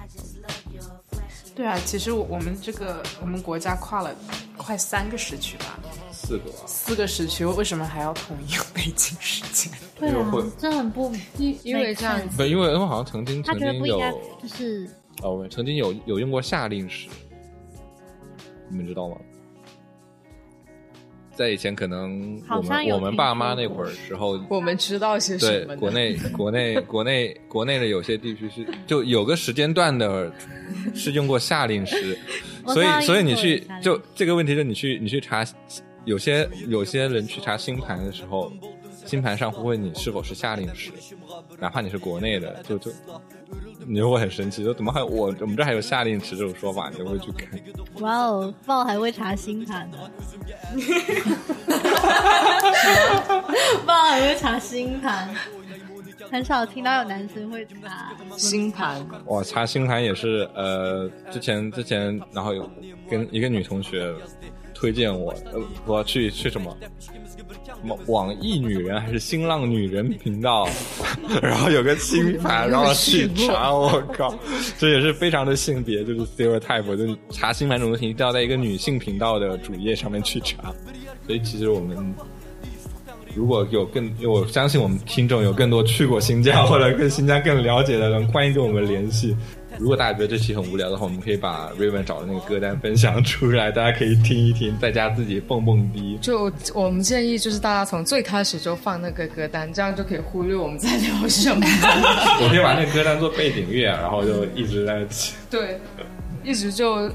对啊，其实我我们这个我们国家跨了快三个时区吧，
四个吧。
四个时区，为什么还要统一 北京时间？
对
因为会
啊，这很不，
因为这样
对，因为他们好像曾经
他
曾
觉得
经
不
有
应该，就是
哦，我们曾经有有用过夏令时，你们知道吗？在以前可能我
好像
们
有
我们
听
爸
说
妈那
过
会儿时候，
我们知道些
对
什么呢？
国 内国内国内国内的有些地区是就有个时间段的是用过夏令时，
我
所
知道
以所以
英
你
国
去
有夏令
就
时
这个问题，就你去你去查，有些有些人去查星盘的时候，星盘上会问你是否是夏令时，哪怕你是国内的，就就。你就会很神奇，就怎么还有我我们这还有夏令时这种说法，你就会去看。
哇哦，豹还会查星 盘呢，豹还会查星盘，很少听到有男生会查。
星盘
哇，查星盘也是，呃，之前之前，然后有跟一个女同学推荐我，呃，我去去什么，什么网易女人还是新浪女人频道， 然后有个星盘，然后去查，我靠，这也是非常的性别，就是 stereotype，就是查星盘这种东西一定要在一个女性频道的主页上面去查，所以其实我们。如果有更，我相信我们听众有更多去过新疆或者跟新疆更了解的人，欢迎跟我们联系。如果大家觉得这期很无聊的话，我们可以把 Raven 找的那个歌单分享出来，大家可以听一听，在家自己蹦蹦迪。
就我们建议就是大家从最开始就放那个歌单，这样就可以忽略我们在聊 什么。
我可以把那个歌单做背景乐，然后就一直在那起
对，一直就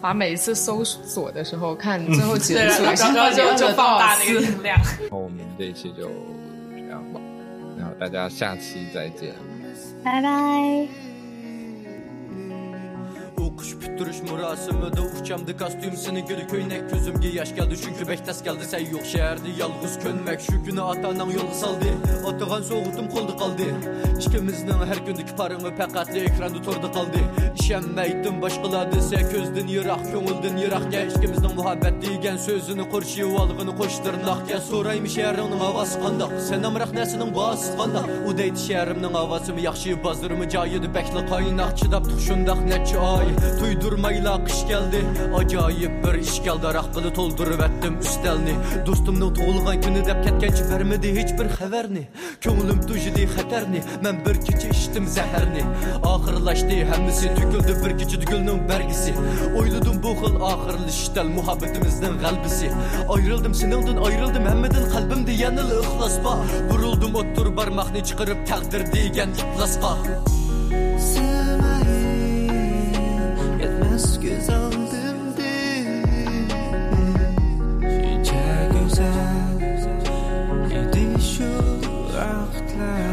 把每一次搜索的时候看最后几
嗯对，
个出来，
然后然后就就放大那个
个。
音量。
然后我们这一期就这样吧，然后大家下期再见。
拜拜。
O'qish bitirish marosimida o'xchamdi kostyum sinikili ko'ylak ko'zimga yosh keldi chunki bektas keldi say yo'q shaharda yolg'iz ko'nmak shu kuni ota onam yo'lga soldi otagan sovutim qo'lda qoldi ikkimizning har kundagi parini faqatli ekranda to'rda qoldi ishonmaydim boshqalar desa ko'zdan yiroq ko'ngildan yiroqga ikkimizning muhabbat degan so'zini qurshi olg'ini qo'shtirnoqqa so'raymi sharimning ovozi qandoq sanamroq narsaning bosi qandoq udaydi sharimning ovozimi yaxshi bozorimi joyida bakli qaynoq chidab tuq shundoq necha oy tuydirmayla qish keldi ajoyib bir ish keldi raqbini to'ldirib atdim ustalni do'stimning tug'ilgan kuni deb ketgancha bermadi hech bir xabarni ko'nglim tujidi xatarni man bir kecha ichdim zaharni oxirlashdi hammasi to'kildi bir kechada gulning bargisi o'yladim bu xil oxirlashishdan muhabbatimizning g'albisi ayrildim seningdan ayrildim hammadan qalbimda yanil ixlos bor burildim o'ttir barmoqni chiqarib taqdir degan iflosqa sevmayim yetmez göz aldımdı Hiçe güzel idi şu vaktler